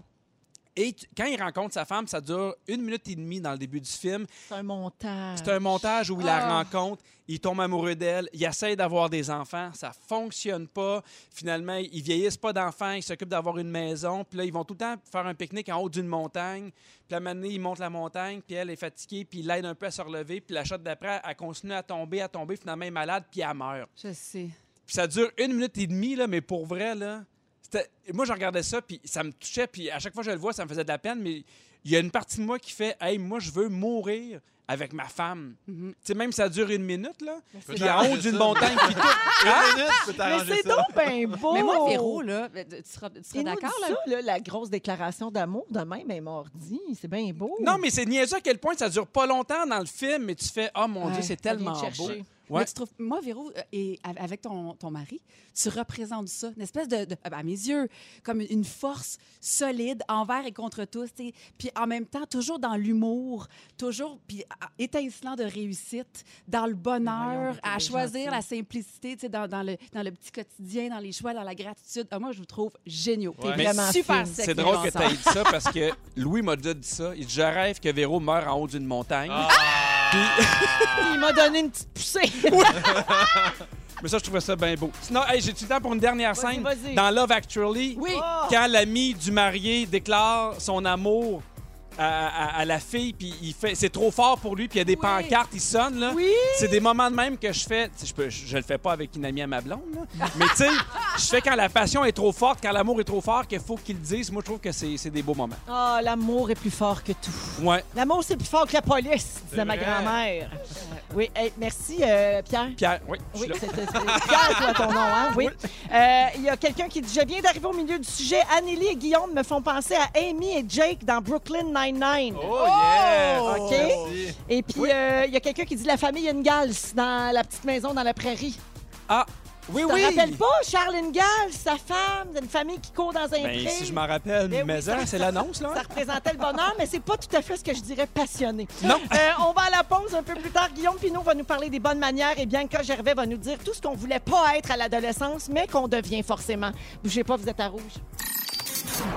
S4: Et tu- quand il rencontre sa femme, ça dure une minute et demie dans le début du film.
S1: C'est un montage.
S4: C'est un montage où il la
S3: Ah.
S4: rencontre, il tombe amoureux d'elle, il essaie d'avoir des enfants, ça fonctionne pas. Finalement, ils vieillissent pas d'enfants, ils s'occupent d'avoir une maison, puis là, ils vont tout le temps faire un pique-nique en haut d'une montagne. Puis à un moment donné, ils montent la montagne, puis elle est fatiguée, puis il l'aide un peu à se relever, puis la shot d'après, elle continue à tomber, à tomber, finalement, elle est malade, puis elle meurt.
S3: Je sais.
S4: Puis ça dure une minute et demie, là, mais pour vrai, là. c'était- Moi, je regardais ça, puis ça me touchait, puis à chaque fois que je le vois, ça me faisait de la peine, mais il y a une partie de moi qui fait Hey, moi, je veux mourir avec ma femme.
S3: Mhm.
S4: Tu sais, même si ça dure une minute, là,
S2: Peut-être
S4: puis en haut
S2: arranger
S4: d'une
S2: ça.
S4: montagne, puis tout.
S2: Une minute, tu peux
S1: Mais
S2: t'arranger
S1: c'est
S2: ça.
S1: donc bien beau.
S3: Mais moi, Véro, là, ben, tu seras, tu
S1: Il
S3: seras
S1: nous
S3: d'accord,
S1: dit
S3: là?
S1: ça, là, la grosse déclaration d'amour demain, mais mordi, c'est bien beau.
S4: Non, mais c'est niaiseux à quel point ça dure pas longtemps dans le film, mais tu fais Oh mon Dieu,
S3: Ouais,
S4: c'est
S1: Ça vient te
S4: tellement beau.
S1: chercher.
S4: Ouais.
S3: Mais tu trouves, moi, Véro, euh, et av- avec ton, ton mari, tu représentes ça, une espèce de, de- à mes yeux, comme une force solide envers et contre tous, tu sais. puis en même temps, toujours dans l'humour, toujours puis, à- étincelant de réussite, dans le
S1: Mais voyons,
S3: bonheur,
S1: t'es bien
S3: à choisir
S1: gentil.
S3: la simplicité, tu sais, dans, dans, le, dans le petit quotidien, dans les choix, dans la gratitude. Ah, moi, je vous trouve géniaux.
S2: Ouais.
S3: T'es
S4: Mais
S3: vraiment super
S1: fine.
S3: sexy,
S4: C'est drôle que tu
S3: Vincent.
S4: aies dit ça parce que Louis m'a déjà dit ça. Il dit Je rêve que Véro meure en haut d'une montagne.
S2: Ah.
S4: Puis-
S1: Il m'a donné une petite poussée.
S4: Mais ça, je trouvais ça bien beau. Sinon, hey, j'ai du temps pour une dernière
S1: Vas-y,
S4: scène.
S1: vas-y.
S4: Dans Love Actually,
S3: Oui.
S1: Oh!
S4: quand l'ami du marié déclare son amour à, à- à la fille, puis il fait, c'est trop fort pour lui, puis il y a des
S3: Oui.
S4: pancartes, il sonne. Là.
S1: Oui.
S4: C'est des moments de même que je fais. Tu sais, Je, peux, je, je le fais pas avec une amie à ma blonde, là. mais tu sais, je fais quand la passion est trop forte, quand l'amour est trop fort, qu'il faut qu'il le dise. Moi, je trouve que c'est, c'est des beaux moments.
S1: Ah, l'amour est plus fort que tout.
S4: Ouais.
S1: L'amour, c'est plus fort que la police, disait ma
S2: vrai.
S1: grand-mère. Oui, hey, merci, euh, Pierre.
S4: Pierre, oui, je suis
S1: Oui,
S4: là.
S1: c'est c'est- c'est Pierre, toi, ton nom, hein? Oui. Euh, Il y a quelqu'un qui dit Je viens d'arriver au milieu du sujet. Anneli et Guillaume me font penser à Amy et Jake dans Brooklyn Nine-Nine.
S2: Oh, yeah!
S1: OK.
S2: Merci.
S1: Et puis, euh, il y a quelqu'un qui dit La famille Ingalls dans la petite maison dans la prairie.
S4: Ah, oui,
S1: Tu te
S4: oui.
S1: rappelles pas, Charles Ingalls, sa femme, d'une famille qui court dans un
S4: Ben,
S1: train?
S4: si je m'en rappelle,
S1: Ben oui,
S4: mais
S1: ça-
S4: hein, c'est l'annonce, là.
S1: Ça représentait le bonheur, mais c'est pas tout à fait ce que je dirais passionné.
S4: Non.
S1: Euh, on va à la pause un peu plus tard. Guillaume Pinot va nous parler des bonnes manières et Bianca Gervais va nous dire tout ce qu'on voulait pas être à l'adolescence, mais qu'on devient forcément. Bougez pas, vous êtes à rouge.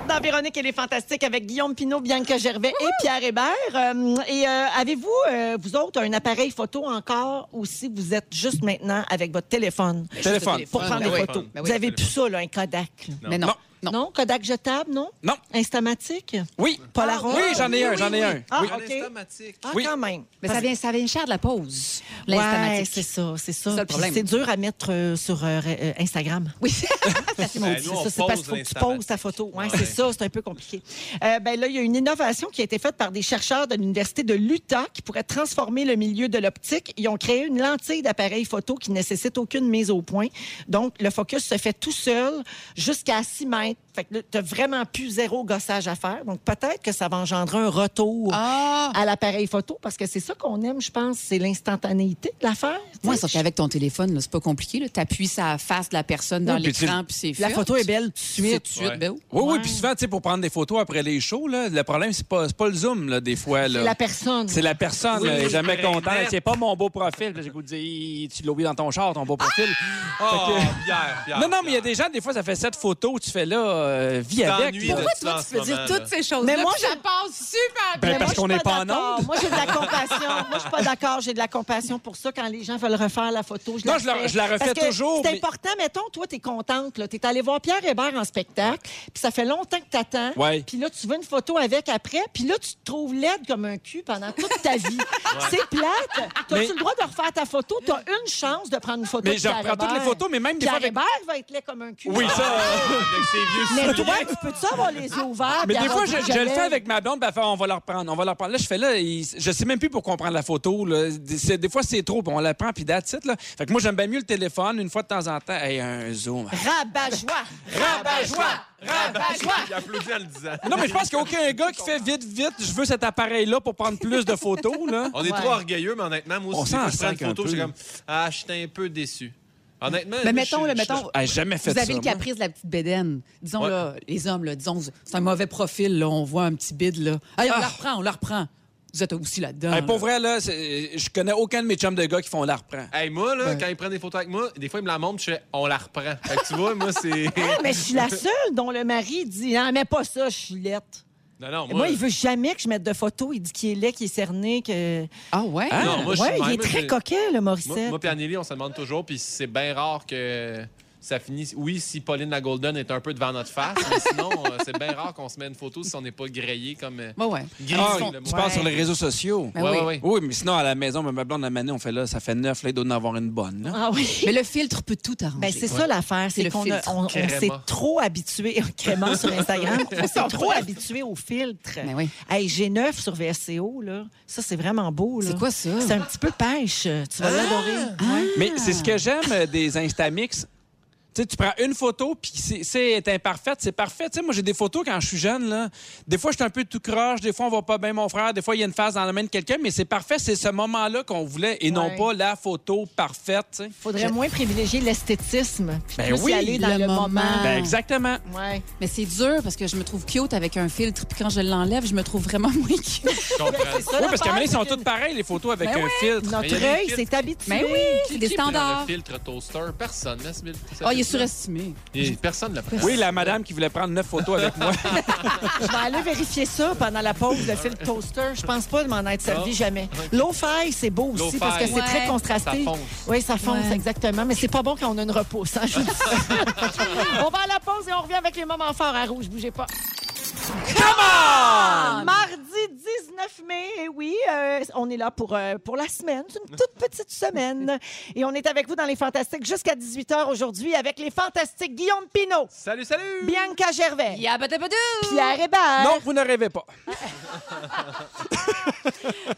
S1: Dans Véronique, elle est fantastique avec Guillaume Pinot, Bianca Gervais et Pierre Hébert. Euh, et euh, avez-vous, euh, vous autres, un appareil photo encore ou si vous êtes juste maintenant avec votre téléphone
S4: Téléphone.
S1: pour prendre
S3: ben
S1: des
S3: oui.
S1: photos?
S3: Ben oui.
S1: vous avez plus ça, là, un Kodak. là.
S2: Non.
S3: Mais non.
S1: Non. Kodak jetable, non?
S4: Non.
S1: Instamatique?
S4: Oui.
S1: Polaroid?
S4: Ah, Oui, j'en ai un, j'en ai un.
S1: Ah,
S4: Oui.
S2: Un
S1: OK.
S2: estomatique.
S1: Ah,
S4: Oui.
S1: quand même.
S3: Mais ça vient, ça vient cher de la pause,
S1: Ouais,
S3: l'instamatique.
S1: c'est ça, c'est ça.
S3: C'est ça le
S1: Puis
S3: problème.
S1: C'est dur à mettre euh, sur euh, ré- euh, Instagram.
S3: oui, ça, c'est mon
S2: Ben,
S1: C'est
S2: nous, on
S1: ça, c'est parce qu'il faut que
S2: pose
S1: tu
S2: l'instamatique.
S1: poses ta photo. Ouais,
S2: Ouais.
S1: C'est ça, c'est un peu compliqué. Euh, ben là, il y a une innovation qui a été faite par des chercheurs de l'Université de l'Utah qui pourrait transformer le milieu de l'optique. Ils ont créé une lentille d'appareil photo qui ne nécessite aucune mise au point. Donc, le focus se fait tout seul jusqu'à 6 mètres fête. Fait que là, t'as vraiment plus zéro gossage à faire. Donc, peut-être que ça va engendrer un retour
S3: Ah!
S1: à l'appareil photo parce que c'est ça qu'on aime, je pense, c'est l'instantanéité de l'affaire. tu sais.
S3: Moi, sauf qu'avec ton téléphone, là, c'est pas compliqué. Tu appuies la face de la personne dans
S4: Oui, puis tu-
S3: l'écran, puis c'est fait.
S1: La photo est belle tout de
S3: C'est
S1: suite.
S3: tout de suite.
S2: Ouais.
S3: ben oui.
S4: Oui, oui,
S1: Ouais.
S4: puis souvent, tu sais, pour prendre des photos après les shows, là, le problème, c'est pas, c'est pas le zoom, là, des fois. là.
S1: C'est la personne.
S4: C'est la personne,
S2: Oui,
S4: elle est jamais
S2: c'est
S4: contente.
S2: net.
S4: C'est pas mon beau profil. Là, J'ai le goût de dire, Hi, tu l'as oublié dans ton char, ton beau profil.
S2: Oh,
S4: Fait
S2: Pierre,
S1: Ah!
S2: Pierre.
S4: Non, non, mais il y a des gens, des fois, ça fait sept photos, tu fais là, euh, vis avec.
S2: T'ennuies
S4: là.
S2: de-
S3: Pourquoi
S2: tu
S3: toi,
S2: l'as en
S3: tu
S2: ce
S3: peux dire
S2: moment,
S3: toutes
S2: là.
S3: ces choses-là,
S1: Mais
S3: puis
S1: moi,
S3: ça
S1: je-
S3: passe super
S4: Ben,
S3: bien?
S4: parce
S1: Mais moi, je
S4: qu'on
S1: suis
S4: est pas en
S1: d'accord.
S4: onde.
S1: Moi, j'ai de la compassion. Moi, je suis pas d'accord. J'ai de la compassion pour ça. Quand les gens veulent refaire la photo, je
S4: Non,
S1: la
S4: je la-
S1: refais.
S4: je la refais
S1: Parce que
S4: toujours,
S1: C'est
S4: mais-
S1: important. Mettons, toi, tu es contente. Tu es allé voir Pierre Hébert en spectacle. Puis ça fait longtemps que tu attends.
S4: Ouais.
S1: Puis là, tu veux une photo avec après. Puis là, tu te trouves laide comme un cul pendant toute ta vie. C'est plate. Tu
S4: Mais-
S1: tu le droit de refaire ta photo? Tu as une chance de prendre une photo
S4: Mais
S1: de
S4: je
S1: Pierre
S4: reprends toutes les
S1: Hébert.
S4: photos, mais même des
S1: Pierre
S4: fois avec-
S1: Hébert va être laid comme un cul.
S4: Oui, ça. euh,
S2: Avec ses vieux
S1: Mais
S2: souliers.
S1: toi, tu peux-tu avoir les yeux ouverts?
S4: Mais
S1: puis
S4: des
S1: avoir
S4: fois,
S1: du
S4: je,
S1: rouge à
S4: je le
S1: lèvres?
S4: fais avec ma blonde, ben, elle fait, on va la reprendre, on va la reprendre. Là, je fais là, il- je sais même plus pour comprendre la photo. Là. Des, c'est- des fois, c'est trop, puis on la prend, puis that's it, là. Fait que moi, j'aime bien mieux le téléphone, une fois de temps en temps. Hey, un zoom.
S1: Rabat-joie!
S4: Rabat-joie!
S1: Rabat-joie!
S2: Il applaudit en le disant.
S4: Non, mais je pense qu'il n'y a aucun gars qui fait vite, vite, je veux cet appareil-là pour prendre plus de photos, là.
S2: On est
S1: Ouais.
S2: trop orgueilleux, mais honnêtement, moi
S4: On
S2: aussi, des
S4: s'en
S2: fois, je prends une
S4: sac un
S2: photo,
S4: peu.
S2: je suis comme, ah, j'étais un peu déçu. Honnêtement, moi,
S3: Mais mettons,
S2: je-
S3: là,
S2: je-
S3: mettons,
S4: Hey, j'ai jamais fait
S3: vous avez
S4: ça,
S3: le
S4: moi.
S3: caprice de la petite bédaine. Disons,
S2: Ouais.
S3: là, les hommes, là, disons, c'est un mauvais profil, là, on voit un petit bide, là. Allez, on la reprend, on la reprend. Vous êtes aussi là-dedans.
S4: Ah. Hey, pour
S3: là.
S4: vrai, là, c'est- je connais aucun de mes chums de gars qui font la reprend.
S2: Hey, moi, là,
S4: Ben-
S2: quand ils prennent des photos avec moi, des fois, ils me la montrent, je fais, on la reprend. Fait que tu vois, moi, c'est.
S1: Hey, mais je suis la seule dont le mari dit Non, mais pas ça, je suis lette.
S2: Non, non,
S1: Moi,
S2: moi.
S1: il veut jamais que je mette de photos. Il dit qu'il est laid, qu'il est cerné. Que...
S3: Ah ouais?
S4: Hein?
S2: Non, moi, je suis
S1: ouais,
S2: même,
S1: il est
S2: moi,
S1: très
S2: j'ai-
S1: coquet, le
S2: Moi,
S1: Morissette.
S2: moi puis Anneli, on se demande toujours, puis c'est bien rare que ça finisse. Oui, si Pauline la Golden est un peu devant notre face, mais sinon, euh, c'est bien rare qu'on se met une photo si on n'est pas grillé comme. euh,
S3: Ouais, ouais.
S2: gris,
S4: Ah,
S2: le
S4: tu
S2: mot.
S4: parles sur les réseaux sociaux.
S3: Ben
S2: Ouais,
S3: oui.
S2: ouais, ouais.
S4: Oui, mais sinon, à la maison, ma blonde, la manée, on fait là, ça fait neuf, là, il doit en avoir une bonne. là.
S1: Ah oui.
S3: Mais le filtre peut tout arranger.
S1: Ben, c'est ça l'affaire,
S3: C'est
S1: c'est
S3: le
S1: qu'on a-
S3: filtre.
S1: on, on
S2: Créma.
S1: s'est trop habitué, Créma sur Instagram, on s'est trop habitué au filtre.
S3: Ben oui.
S1: Hey, G9 sur VSCO, là, ça c'est vraiment beau. là.
S3: C'est quoi ça? Ah!
S1: C'est un petit peu pêche, tu vas l'adorer. Ouais.
S4: Mais c'est ce que j'aime euh, des Instamix. Tu sais, tu prends une photo, puis c'est- c'est est imparfaite, c'est parfait. Tu sais, moi, j'ai des photos quand je suis jeune, là. Des fois, je suis un peu tout croche, des fois, on va pas bien mon frère, des fois, il y a une phase dans la main de quelqu'un, mais c'est parfait, c'est ce moment-là qu'on voulait, et non
S1: Ouais.
S4: pas la photo parfaite, tu sais.
S1: Faudrait moins privilégier l'esthétisme, puis
S4: Ben
S1: plus
S4: oui,
S1: y aller dans
S3: le
S1: le,
S3: moment.
S1: moment.
S4: Ben, exactement.
S1: Ouais.
S3: Mais c'est dur parce que je me trouve cute avec un filtre, puis quand je l'enlève, je me trouveau vraiment moins cute.
S2: Je comprends.
S1: Ça,
S4: Oui, parce qu'à un moment donné, ils sont
S1: l'affaire,
S4: toutes pareilles, les photos avec
S3: Ben
S4: un
S3: ouais.
S4: filtre.
S2: Mais il
S1: Notre
S2: y a des
S1: œil
S2: filtres.
S1: s'est habitué.
S3: Mais Ben oui, c'est des
S2: Qui prend
S3: standards.
S2: Le filtre toaster, personne. laisse-
S3: Ah, il est surestimé.
S2: Et Personne ne le prend.
S4: Oui, la madame qui voulait prendre neuf photos avec moi.
S1: Je vais aller vérifier ça pendant la pause, le filtre toaster. Je pense pas de m'en être servi
S2: Non.
S1: jamais. L'eau-faille, c'est beau aussi
S2: Lo-fi.
S1: parce que c'est
S3: Ouais.
S1: très contrasté.
S2: Ça fonce.
S1: Oui, ça fonce,
S3: Ouais.
S1: exactement. Mais c'est pas bon quand on a une repousse. hein, je vous dis ça. on va à la pause et on revient avec les moments forts à rouge. Bougez pas. Mardi 19 mai, et oui, euh, on est là pour, euh, pour la semaine. C'est une toute petite semaine. Et on est avec vous dans les Fantastiques jusqu'à 18h aujourd'hui avec les Fantastiques Guillaume Pinault,
S2: Salut, salut!
S1: Bianca Gervais,
S3: Yabadabadou!
S1: Pierre Hébert.
S4: Non, vous ne rêvez pas.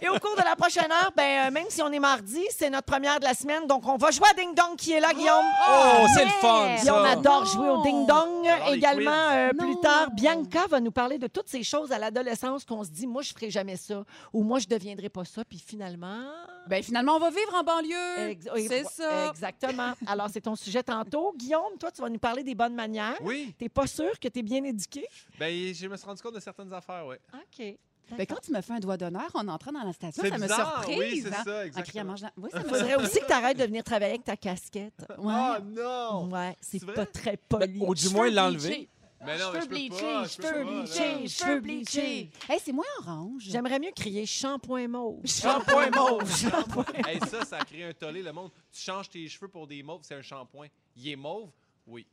S1: Et au cours de la prochaine heure, ben, euh, même si on est mardi, c'est notre première de la semaine, donc on va jouer à Ding Dong qui est là, Guillaume.
S4: Oh, c'est le fun,
S1: Puis on
S4: ça.
S1: adore jouer au Ding Dong.
S2: Alors, les
S1: Également,
S2: quiz.
S1: euh, plus tard, Bianca va nous parler de toutes ces choses à l'adolescence qu'on se dit, moi, je ferai jamais ça, ou moi, je deviendrai pas ça, puis finalement...
S3: Ben finalement, on va vivre en banlieue.
S1: Ex- oui,
S3: C'est
S1: vo-
S3: ça.
S1: Exactement. Alors, c'est ton sujet tantôt. Guillaume, toi, tu vas nous parler des bonnes manières.
S2: Oui,
S1: T'es pas sûr que t'es bien éduqué?
S2: ben, je me suis rendu compte de certaines affaires, oui.
S1: OK.
S3: Ben, quand tu me fais un doigt d'honneur en entrant dans la station,
S2: C'est
S3: ça me
S2: bizarre,
S3: surprise.
S2: oui, c'est
S3: hein.
S2: ça,
S3: En
S2: exactement.
S3: criant, mange la- Oui, ça me
S1: Faudrait
S3: surprise.
S1: aussi que t'arrêtes de venir travailler avec ta casquette.
S3: Ouais.
S2: Oh non!
S1: Ouais, c'est
S2: C'est vrai?
S1: pas très poli.
S4: Ou du moins l'enlever.
S3: Bleacher,
S2: Mais Ben non, mais je
S3: Cheveux
S2: peux pas,
S3: bleachés,
S2: je peux
S3: cheveux
S2: pas, là.
S3: bleachés, cheveux bleachés. Hey, c'est moins orange.
S1: J'aimerais mieux crier shampoing mauve.
S2: Shampoing mauve! hey, ça, ça crée un tollé, le monde. Tu changes tes cheveux pour des mauves, c'est un shampoing. Il est mauve? Oui.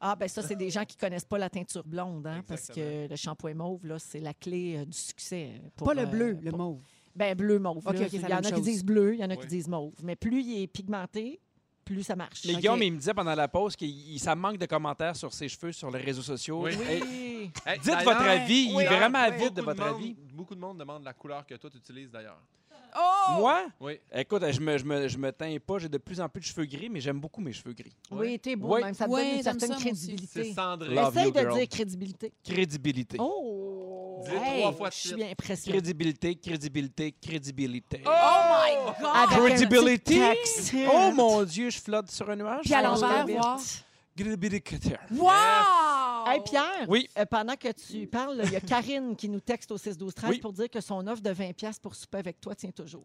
S1: Ah, ben ça, c'est des gens qui connaissent pas la teinture blonde, hein, parce que
S2: Exactement.
S1: le shampoing mauve, là, c'est la clé euh, du succès. euh, pour,
S3: Pas le
S1: euh,
S3: bleu, le
S1: pour-
S3: mauve.
S1: Ben, bleu mauve.
S3: Ok,
S1: là.
S3: ok, c'est
S1: il y
S3: la
S1: en
S3: même
S1: a qui
S3: chose.
S1: disent bleu, il y en a qui
S2: Oui.
S1: disent mauve. Mais plus il est pigmenté, plus ça marche.
S4: Mais
S1: OK.
S4: Guillaume, il me disait pendant la pause qu'il il- ça manque de commentaires sur ses cheveux, sur les réseaux sociaux.
S2: Oui.
S4: Et-
S1: Oui.
S2: Hey,
S4: Dites
S2: d'ailleurs,
S4: votre avis. Il
S2: d'ailleurs,
S4: est vraiment
S2: beaucoup
S4: avide de votre
S2: monde-
S4: avis.
S2: Beaucoup de monde demande la couleur que toi, tu utilises, d'ailleurs.
S3: Oh!
S4: Moi,
S2: Oui.
S4: écoute, je me, je, me, je me teins pas, j'ai de plus en plus de cheveux gris, mais j'aime beaucoup mes cheveux gris.
S1: Oui, t'es beau,
S4: Ouais.
S1: même. Ça te
S3: Ouais,
S1: donne une
S3: j'aime ça,
S1: certaine
S3: moi aussi.
S2: C'est
S1: crédibilité.
S2: cendré.
S4: Love
S1: Essaye
S4: you,
S1: de
S4: girl.
S1: dire crédibilité.
S4: Crédibilité.
S1: Oh!
S2: Dis-le trois fois de
S1: je suis
S2: suite.
S1: bien impressionnée.
S4: Crédibilité, crédibilité, crédibilité.
S3: Oh my God!
S1: Avec un
S4: Credibility?
S1: petit accent.
S4: Oh mon Dieu, je flotte sur un nuage.
S3: Puis à
S1: I
S3: l'envers,
S1: love it.
S3: voir.
S4: Crédibilité.
S3: Wow!
S1: Hey Pierre,
S4: Oui.
S1: euh, pendant que tu parles, il y a Karine qui nous texte au 6 12 13
S4: Oui.
S1: pour dire que son offre de 20 pièces pour souper avec toi tient toujours.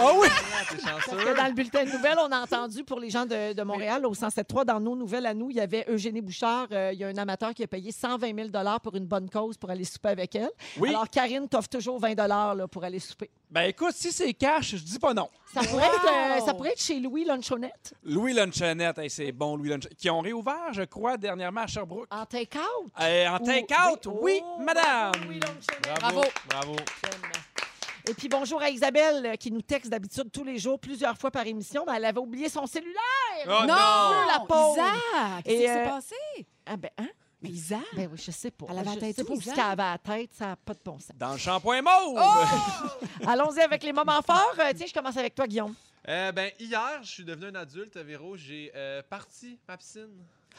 S4: Oh oui!
S2: T'es
S1: Parce que
S2: chanceux.
S1: dans le bulletin de nouvelles, on a entendu pour les gens de, de Montréal au 107.3, dans nos nouvelles à nous, il y avait Eugénie Bouchard, euh, il y a un amateur qui a payé 120 000 pour une bonne cause pour aller souper avec elle.
S4: Oui.
S1: Alors Karine t'offre toujours 20 là, pour aller souper.
S4: Ben écoute, si c'est cash, je dis pas non.
S1: Ça pourrait, être, euh, ça pourrait être chez Louis Lunchonette
S4: Louis Lunchonette, hey, c'est bon, Louis Lunchonette. Qui ont réouvert, je crois, dernièrement à Sherbrooke.
S1: en take-out.
S4: Euh, en
S3: Oh,
S1: Ou-
S4: take-out, oui,
S1: Oh, bravo, Louis
S4: madame.
S1: Lunchonette.
S2: Bravo.
S3: Bravo.
S2: Bravo.
S1: Et puis bonjour à Isabelle euh, qui nous texte d'habitude tous les jours, plusieurs fois par émission, mais elle avait oublié son cellulaire.
S2: Oh,
S3: non!
S1: non! La pauvre.
S3: Isaac! Qu'est-ce
S1: Et,
S3: qui s'est
S1: euh,
S3: passé?
S1: Ah ben, hein?
S3: Mais Isaac!
S1: Ben oui, je sais pas.
S3: Elle avait la
S1: Je
S3: tête
S1: sais pas
S3: rouge,
S1: ce
S3: hein?
S1: qu'elle avait à la tête, ça n'a pas de bon sens.
S4: Dans le shampoing mauve.
S3: Oh!
S1: Allons-y avec les moments forts. Euh, tiens, je commence avec toi, Guillaume.
S2: Euh, ben, hier, je suis devenu un adulte, Véro. J'ai euh, parti ma piscine.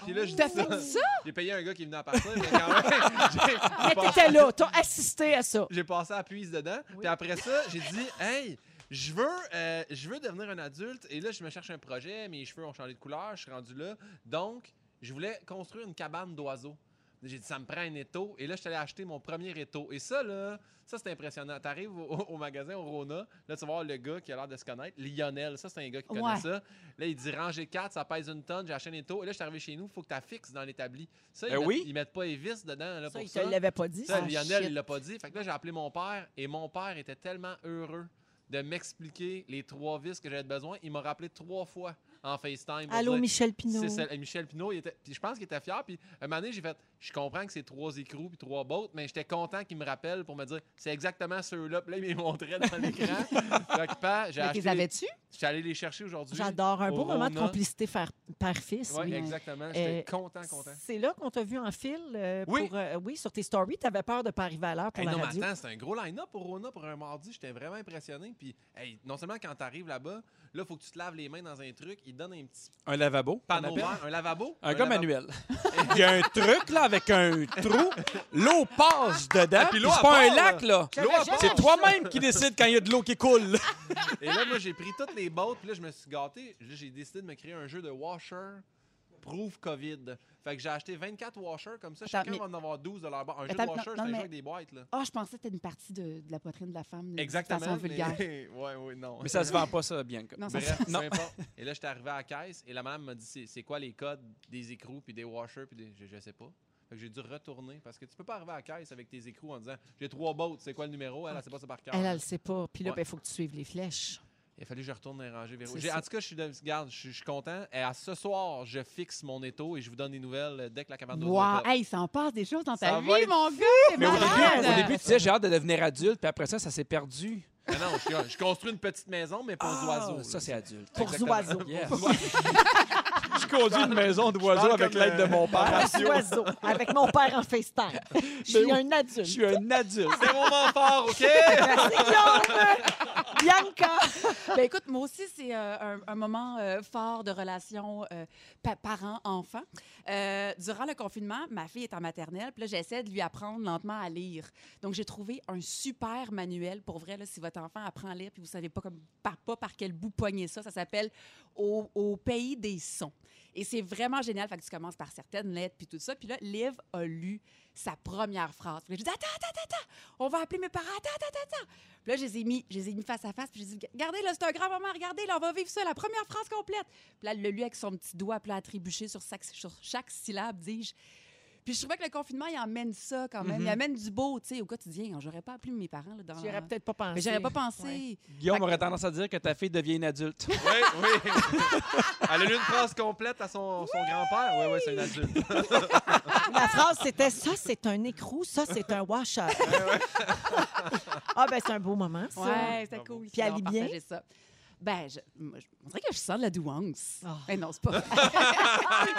S2: Puis là, je
S3: T'as
S2: dis
S3: fait ça?
S2: J'ai payé un gars qui venait à partir, mais quand même, j'ai- j'ai
S1: Mais
S2: passé-
S1: t'étais là, t'as assisté à ça.
S2: j'ai passé à puise dedans. Puis après ça, j'ai dit, hey, je veux, euh, je veux devenir un adulte. Et là, je me cherche un projet. Mes cheveux ont changé de couleur. Je suis rendu là. Donc, je voulais construire une cabane d'oiseaux. J'ai dit, ça me prend un étau. Et là, je suis allé acheter mon premier étau. Et ça, là, ça, c'est impressionnant. T'arrives au, au magasin, au Rona. Là, tu vas voir le gars qui a l'air de se connaître. Lionel, ça, c'est un gars qui connaît
S3: Ouais.
S2: ça. Là, il dit, rangez 4, ça pèse une tonne. J'ai acheté un étau. Et là, je suis arrivé chez nous. Faut que tu fixes dans l'établi. Ça, ils,
S4: Ben
S2: mettent,
S4: oui.
S2: ils mettent pas les vis dedans. Là,
S1: Ça,
S2: pour
S1: il te l'avait pas dit.
S2: ça,
S1: Ah,
S2: Lionel,
S1: shit.
S2: il l'a pas dit. Fait que là, j'ai appelé mon père et mon père était tellement heureux de m'expliquer les trois vis que j'avais besoin. Il m'a rappelé trois fois en FaceTime. pour
S1: Allô,
S2: dire-
S1: Michel Pinot.
S2: C'est celle- Michel Pinot. il était- Puis je pense qu'il était fier. Puis un moment donné, j'ai fait Je comprends que c'est trois écrous puis trois bottes, mais j'étais content qu'il me rappelle pour me dire C'est exactement ceux-là. Puis là, il me les montrait dans l'écran. fait que, père, j'ai
S3: Mais
S2: acheté.
S3: t'es avais-tu?
S2: Je suis allé les chercher aujourd'hui.
S1: J'adore. Un
S2: au
S1: beau moment de
S2: Rona.
S1: complicité faire- père-fils.
S2: Ouais,
S1: oui.
S2: exactement. J'étais
S1: Euh,
S2: content, content.
S1: C'est là qu'on t'a vu en fil euh,
S2: Oui.
S1: pour, euh, oui, sur tes stories. T'avais peur de pas arriver à l'heure pour
S2: Hey,
S1: la
S2: non, mais
S1: radio.
S2: attends, c'est un gros line-up pour Rona pour un mardi. J'étais vraiment impressionné. Puis, hey, non seulement quand t'arrives là-bas, là, faut que tu te laves les mains dans un truc. Ils te donnent un petit
S4: Un lavabo. qu'on
S2: panneau
S4: appelle.
S2: vert, un lavabo.
S4: Un gars
S2: lavabo.
S4: manuel. Il y a un truc, là, avec un trou. L'eau passe dedans.
S2: puis
S4: puis
S2: l'eau,
S4: C'est
S2: elle
S4: pas un
S2: part,
S4: lac, là.
S2: L'eau à part.
S4: C'est toi-même qui décides quand il y a de l'eau qui coule.
S2: Et là, moi, j'ai pris toutes les bottes. Puis là, je me suis gâté. Là, j'ai décidé de me créer un jeu de washer. Proof COVID. Fait que j'ai acheté 24 washers comme ça.
S3: Attends,
S2: Chacun
S3: mais-
S2: va en avoir 12 de leur barre. Un jeu de
S3: Attends, non,
S2: washer, c'est
S3: non,
S2: un jeu
S3: mais-
S2: avec des boîtes. Là.
S3: Ah, je pensais que c'était une partie de, de la poitrine de la femme. de
S2: Exactement.
S3: façon vulgaire.
S2: Mais... ouais, ouais, non.
S4: Mais ça se vend pas, ça, bien.
S3: Non, ça-
S2: Bref,
S4: Non.
S2: peu importe. Et là, j'étais arrivé à la caisse et la madame m'a dit c'est c'est quoi les codes des écrous puis des washers puis des. Je, je sais pas. Fait que j'ai dû retourner parce que tu peux pas arriver à la caisse avec tes écrous en disant j'ai trois bottes, c'est quoi le numéro Elle, elle sait pas ça par cœur.
S1: Elle, elle le sait pas. Puis là, il
S2: Ouais.
S1: faut que tu suives les flèches.
S2: Il a fallu que je retourne les ranger. Véro.
S1: C'est
S2: J'ai- En
S1: ça.
S2: tout cas, je suis, de- regarde, je, suis- je suis content. Et à ce soir, je fixe mon étau et je vous donne des nouvelles euh, dès que la caverne d'eau
S3: Wow! Hey, il s'en passe des choses dans ta
S2: Ça
S3: vie,
S2: va être
S3: mon gars! T'es
S4: Mais au
S3: malade!
S4: début, au début, tu disais, j'ai hâte de devenir adulte, puis après ça, ça s'est perdu.
S2: Mais non, je, je construis une petite maison, mais pour
S4: Ah,
S2: oiseaux.
S4: Ça, c'est adulte.
S1: Pour
S2: Exactement.
S1: oiseaux.
S4: Yes. je conduis une maison d'oiseaux
S2: parle
S4: avec
S2: comme,
S4: l'aide de
S2: euh,
S4: mon père.
S1: Oiseaux, avec mon père en FaceTime. Je suis
S4: oui.
S1: un adulte.
S4: Je suis un adulte.
S2: C'est vraiment fort, OK
S1: Merci, Guillaume. Bianca.
S3: Ben, écoute, moi aussi, c'est euh, un, un moment euh, fort de relation euh, pa- parent-enfant. Euh, durant le confinement, ma fille est en maternelle, puis là, j'essaie de lui apprendre lentement à lire. Donc, j'ai trouvé un super manuel. Pour vrai, là, si votre enfant apprend à lire, puis vous savez pas, comme, par, pas par quel bout poigner ça, ça s'appelle au, Au pays des sons. Et c'est vraiment génial. Fait que tu commences par certaines lettres, puis tout ça. Puis là, Liv a lu sa première phrase. Puis là, je dis, attends, attends, attends, attends, on va appeler mes parents, attends, attends, attends, attends. Puis là, je les ai mis, je les ai mis face à face, puis je dis, regardez, là, c'est un grand moment, regardez, là, on va vivre ça, la première phrase complète. Puis là, elle l'a lu avec son petit doigt, puis là, elle a trébuché sur, chaque- sur chaque syllabe, dis-je. Puis je trouvais que le confinement, il amène ça quand même. Il amène du beau, tu sais, au quotidien. J'aurais pas appelé mes parents, là, dans...
S1: J'aurais peut-être pas pensé.
S3: Mais j'aurais pas pensé.
S1: Ouais.
S4: Guillaume aurait tendance à dire que ta fille devient une adulte.
S2: Oui, oui. Elle a lu une phrase complète à son, son grand-père. Oui, oui, c'est une adulte.
S1: La phrase, c'était ça, c'est un écrou, ça, c'est un washer. ah, ben, c'est un beau moment, ça.
S3: Ouais, c'était
S2: Bravo.
S3: cool.
S1: Puis elle
S3: d'avoir
S1: lit bien?
S3: partagé ça. Ben, je, moi, je- on dirait que je sens de la douance.
S1: Ah.
S3: Ben non, c'est pas vrai.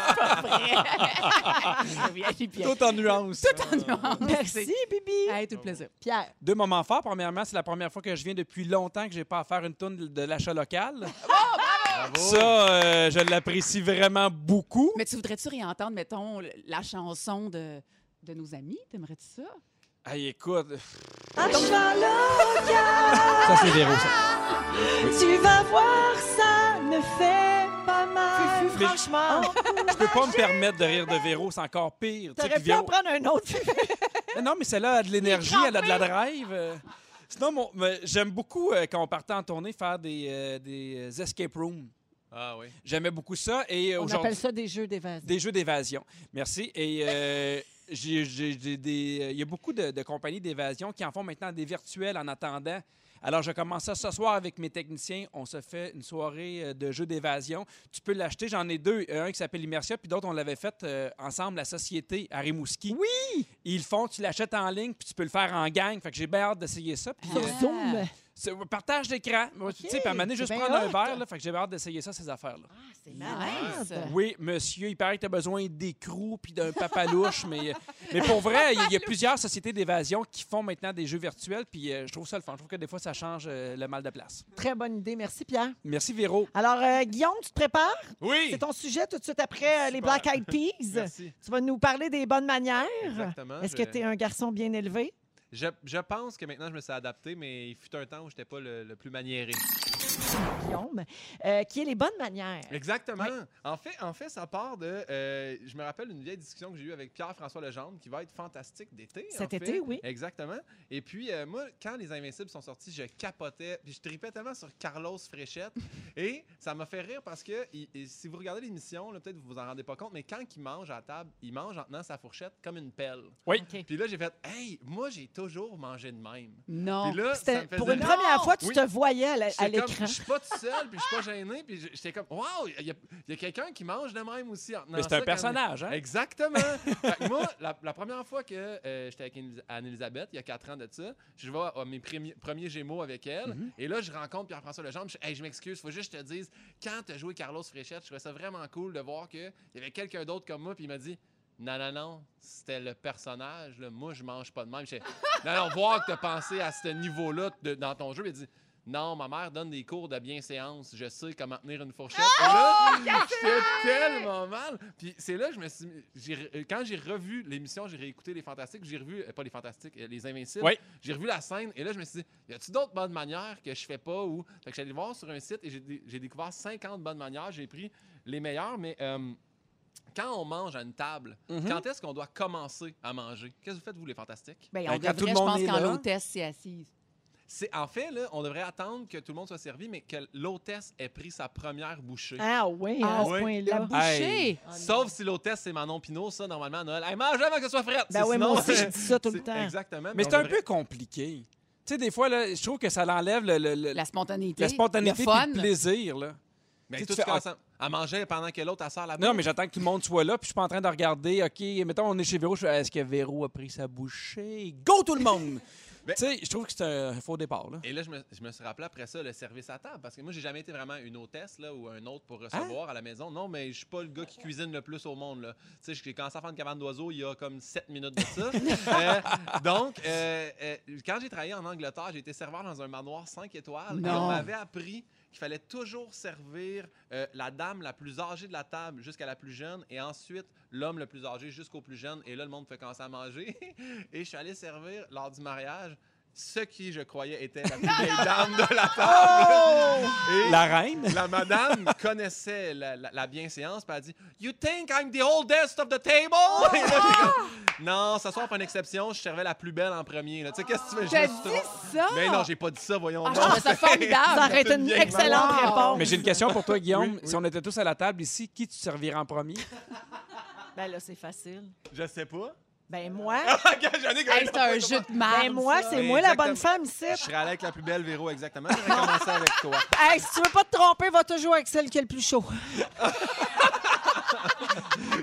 S3: c'est pas vrai. Bien, j'ai bien.
S4: Tout en nuance.
S3: Tout en nuance.
S1: Merci, Bibi.
S4: Ah
S3: Hey, tout le plaisir.
S1: Pierre.
S4: Deux moments forts. Premièrement, c'est la première fois que je viens depuis longtemps que j'ai pas à faire une tourne de l'achat local.
S2: Bravo.
S4: Ça, euh, je l'apprécie vraiment beaucoup.
S3: Mais tu voudrais-tu réentendre, mettons, le- la chanson de, de nos amis? T'aimerais-tu ça?
S4: Ah, écoute,
S1: Achaloca,
S4: ça c'est Véro, ça.
S1: tu vas voir, ça ne fait pas mal.
S4: Fufu,
S1: franchement,
S4: Je peux pas me permettre de rire de Véro, c'est encore pire. Tu sais,
S1: t'aurais
S4: puis
S1: pu en
S4: Véro-
S1: prendre un autre.
S4: Mais Non, mais celle-là a de l'énergie, elle a de la drive. euh. Sinon, mon- mais j'aime beaucoup, euh, quand on partait en tournée, faire des, euh, des escape rooms.
S2: Ah oui.
S4: J'aimais beaucoup ça. Et euh,
S1: On
S4: aujourd'hui,
S1: appelle ça des jeux d'évasion.
S4: des jeux d'évasion. Merci. Et euh, j'ai- j'ai- j'ai des- euh, il y a beaucoup de, de compagnies d'évasion qui en font maintenant des virtuels en attendant. Alors, je commence ça ce soir avec mes techniciens. On se fait une soirée euh, de jeux d'évasion. Tu peux l'acheter. J'en ai deux. Un qui s'appelle Immersia, puis d'autres, on l'avait fait euh, ensemble, la société à Rimouski. Oui! Ils le font. Tu l'achètes en ligne, puis tu peux le faire en gang. Fait que j'ai bien hâte d'essayer ça. Puis,
S1: Sur
S4: euh,
S3: Ah.
S1: Zoom.
S4: c'est- partage d'écran. Tu sais, puis à un moment donné,
S1: c'est
S4: juste
S1: bien
S4: prendre un
S1: hot.
S4: verre. là. fait que j'ai bien hâte d'essayer ça, ces affaires-là.
S1: Ah, c'est
S3: malade.
S1: malade.
S4: Oui, monsieur, il paraît que tu as besoin d'écrous puis d'un papalouche, mais, euh, mais pour vrai, il y, a plusieurs sociétés d'évasion qui font maintenant des jeux virtuels, puis euh, je trouve ça le fun. Je trouve que des fois, ça change euh, le mal de place.
S1: Très bonne idée. Merci, Pierre.
S4: Merci, Véro.
S1: Alors, euh, Guillaume, tu te prépares?
S2: Oui.
S1: C'est ton sujet tout de suite après euh, les
S2: Super.
S1: Black Eyed Peas.
S2: Merci.
S1: Tu vas nous parler des bonnes manières.
S2: Exactement.
S1: Est-ce que
S2: je-
S1: tu es un garçon bien élevé?
S2: Je, je pense que maintenant, je me suis adapté, mais il fut un temps où je n'étais pas le, le plus maniéré.
S1: Guillaume, euh, qui est les bonnes manières.
S2: Exactement. En, fait, en fait, ça part de... euh, je me rappelle une vieille discussion que j'ai eue avec Pierre-François Legendre, qui va être fantastique d'été. en
S1: Cet
S2: fait.
S1: été, oui.
S2: Exactement. Et puis, euh, moi, quand Les Invincibles sont sortis, je capotais. Puis je tripais tellement sur Carlos Fréchette. et ça m'a fait rire parce que il- il- si vous regardez l'émission, là, peut-être vous vous en rendez pas compte, mais quand il mange à la table, il mange en tenant sa fourchette comme une pelle.
S4: Oui.
S1: OK.
S2: Puis là, j'ai fait « Hey, moi, j'ai toujours mangé de même. »
S3: Non.
S2: Puis là, ça
S1: C'était-
S2: me faisait-
S1: Pour une
S3: Non!
S1: première fois, tu
S2: Oui.
S1: te voyais à la- à
S2: J'étais comme,
S1: l'écran.
S2: Je suis pas tout seul, puis je suis pas gêné, puis j- j'étais comme, waouh, il y a, il y a quelqu'un qui mange de même aussi. en tenant
S4: Mais c'est
S2: ça
S4: un
S2: quand-
S4: personnage, hein?
S2: Exactement. Fait que moi, la, la première fois que euh, j'étais avec Elis- Anne-Elisabeth, il y a quatre ans de ça, je vais à mes premi- premiers Gémeaux avec elle,
S1: Mhm.
S2: et là, je rencontre Pierre-François Legendre, je hey, je m'excuse, faut juste que je te dise, quand t'as joué Carlos Fréchette, je trouvais ça vraiment cool de voir qu'il y avait quelqu'un d'autre comme moi, puis il m'a dit, non, non, non, c'était le personnage. Là. Moi, je mange pas de même. J'étais, non, non, voir que tu pensé à ce niveau-là de- dans ton jeu. Il dit, non, ma mère donne des cours de bienséance. Je sais comment tenir une fourchette. Et là, j'étais tellement mal. Puis c'est là que je me suis. mis- j'ai re- euh, quand j'ai revu l'émission, j'ai réécouté Les Fantastiques. J'ai revu, euh, pas Les Fantastiques, euh, Les Invincibles.
S4: Oui.
S2: J'ai revu la scène. Et là, je me suis dit, y a-tu d'autres bonnes manières que je fais pas? Ou... Fait que j'allais voir sur un site et j'ai dé- j'ai découvert 50 bonnes manières. J'ai pris les meilleures, mais. euh, quand on mange à une table,
S4: Mhm.
S2: quand est-ce qu'on doit commencer à manger? Qu'est-ce que vous faites, vous, les fantastiques?
S3: Ben,
S4: Ben,
S3: on
S4: quand
S3: devrait,
S4: tout le
S3: je
S4: monde
S3: pense,
S4: est
S3: quand
S4: là.
S3: l'hôtesse s'est assise.
S2: C'est, en fait, là, on devrait attendre que tout le monde soit servi, mais que l'hôtesse ait pris sa première bouchée.
S1: Ah oui,
S3: Ah
S1: à ce
S2: oui.
S1: point-là.
S3: La bouchée!
S4: Hey.
S1: Ah non.
S2: Sauf si l'hôtesse, c'est Manon Pinot, ça, normalement, à Noël. Hey, mange avant que ce soit frette!
S1: Ben oui,
S2: Sinon,
S1: moi aussi, je dis ça tout le
S2: c'est-
S1: temps.
S2: Exactement.
S4: Mais
S2: on
S4: c'est un
S2: devrait-
S4: peu compliqué. Tu sais, des fois, là, je trouve que ça l'enlève le, le- le- la,
S3: La spontanéité.
S4: spontanéité
S3: le
S4: puis
S3: fun.
S4: le plaisir. Là.
S2: Mais
S4: Tu
S2: tout
S4: fais-
S2: à manger pendant que l'autre, elle sort la
S4: Non,
S2: bouffe.
S4: mais j'attends que tout le monde soit là, puis je suis pas en train de regarder, OK, mettons, on est chez Véro, je fais, est-ce que Véro a pris sa bouchée? Go tout le monde!
S2: Ben-
S4: Tu sais, je trouve que c'est un faux départ. Là.
S2: Et là, je me, je me suis rappelé après ça le service à table. Parce que moi, j'ai jamais été vraiment une hôtesse là, ou un hôte pour recevoir à la maison. Non, mais je suis pas le gars qui cuisine le plus au monde. là. Tu sais, j'ai commencé à faire une cabane d'oiseaux il y a comme 7 minutes de ça. Euh, donc, euh, euh, quand j'ai travaillé en Angleterre, j'ai été serveur dans un manoir 5 étoiles. Et
S3: Non.
S2: on m'avait appris qu'il fallait toujours servir euh, la dame la plus âgée de la table jusqu'à la plus jeune et ensuite l'homme le plus âgé jusqu'au plus jeune. Et là, le monde fait commencer à manger. et je suis allé servir lors du mariage ce qui, je croyais, était la plus vieille dame de la table. Et la...
S4: La reine?
S2: madame connaissait la, la- la bienséance, puis elle a dit « You think I'm the oldest of the table? » Et là, j'ai comme, Non, ce soir, pas une exception, je servais la plus belle en premier. là. Tu sais, qu'est-ce que tu veux? Je
S3: T'as
S2: me suis trompé.
S3: dit ça?
S2: Mais Ben non, j'ai pas dit ça, voyons.
S3: Ah, je
S2: donc.
S3: trouvais ça
S1: Ça
S3: formidable.
S1: aurait été une
S2: Vieille
S1: excellente
S3: maman.
S1: réponse.
S4: Mais j'ai une question pour toi, Guillaume.
S2: Oui, oui.
S4: Si on était tous à la table ici, qui tu servirais en premier?
S1: Ben là, c'est facile.
S2: Je sais pas.
S1: Ben moi,
S2: Yannick,
S3: Hey, c'est un jeu de marde.
S1: ben moi, c'est
S2: Mais
S1: moi la bonne femme
S2: exactement.
S1: ici.
S2: Je serais allé avec la plus belle, Véro, exactement. J'aurais commencé avec toi.
S1: Hey, si tu veux pas te tromper, va toujours avec celle qui est le plus chaud.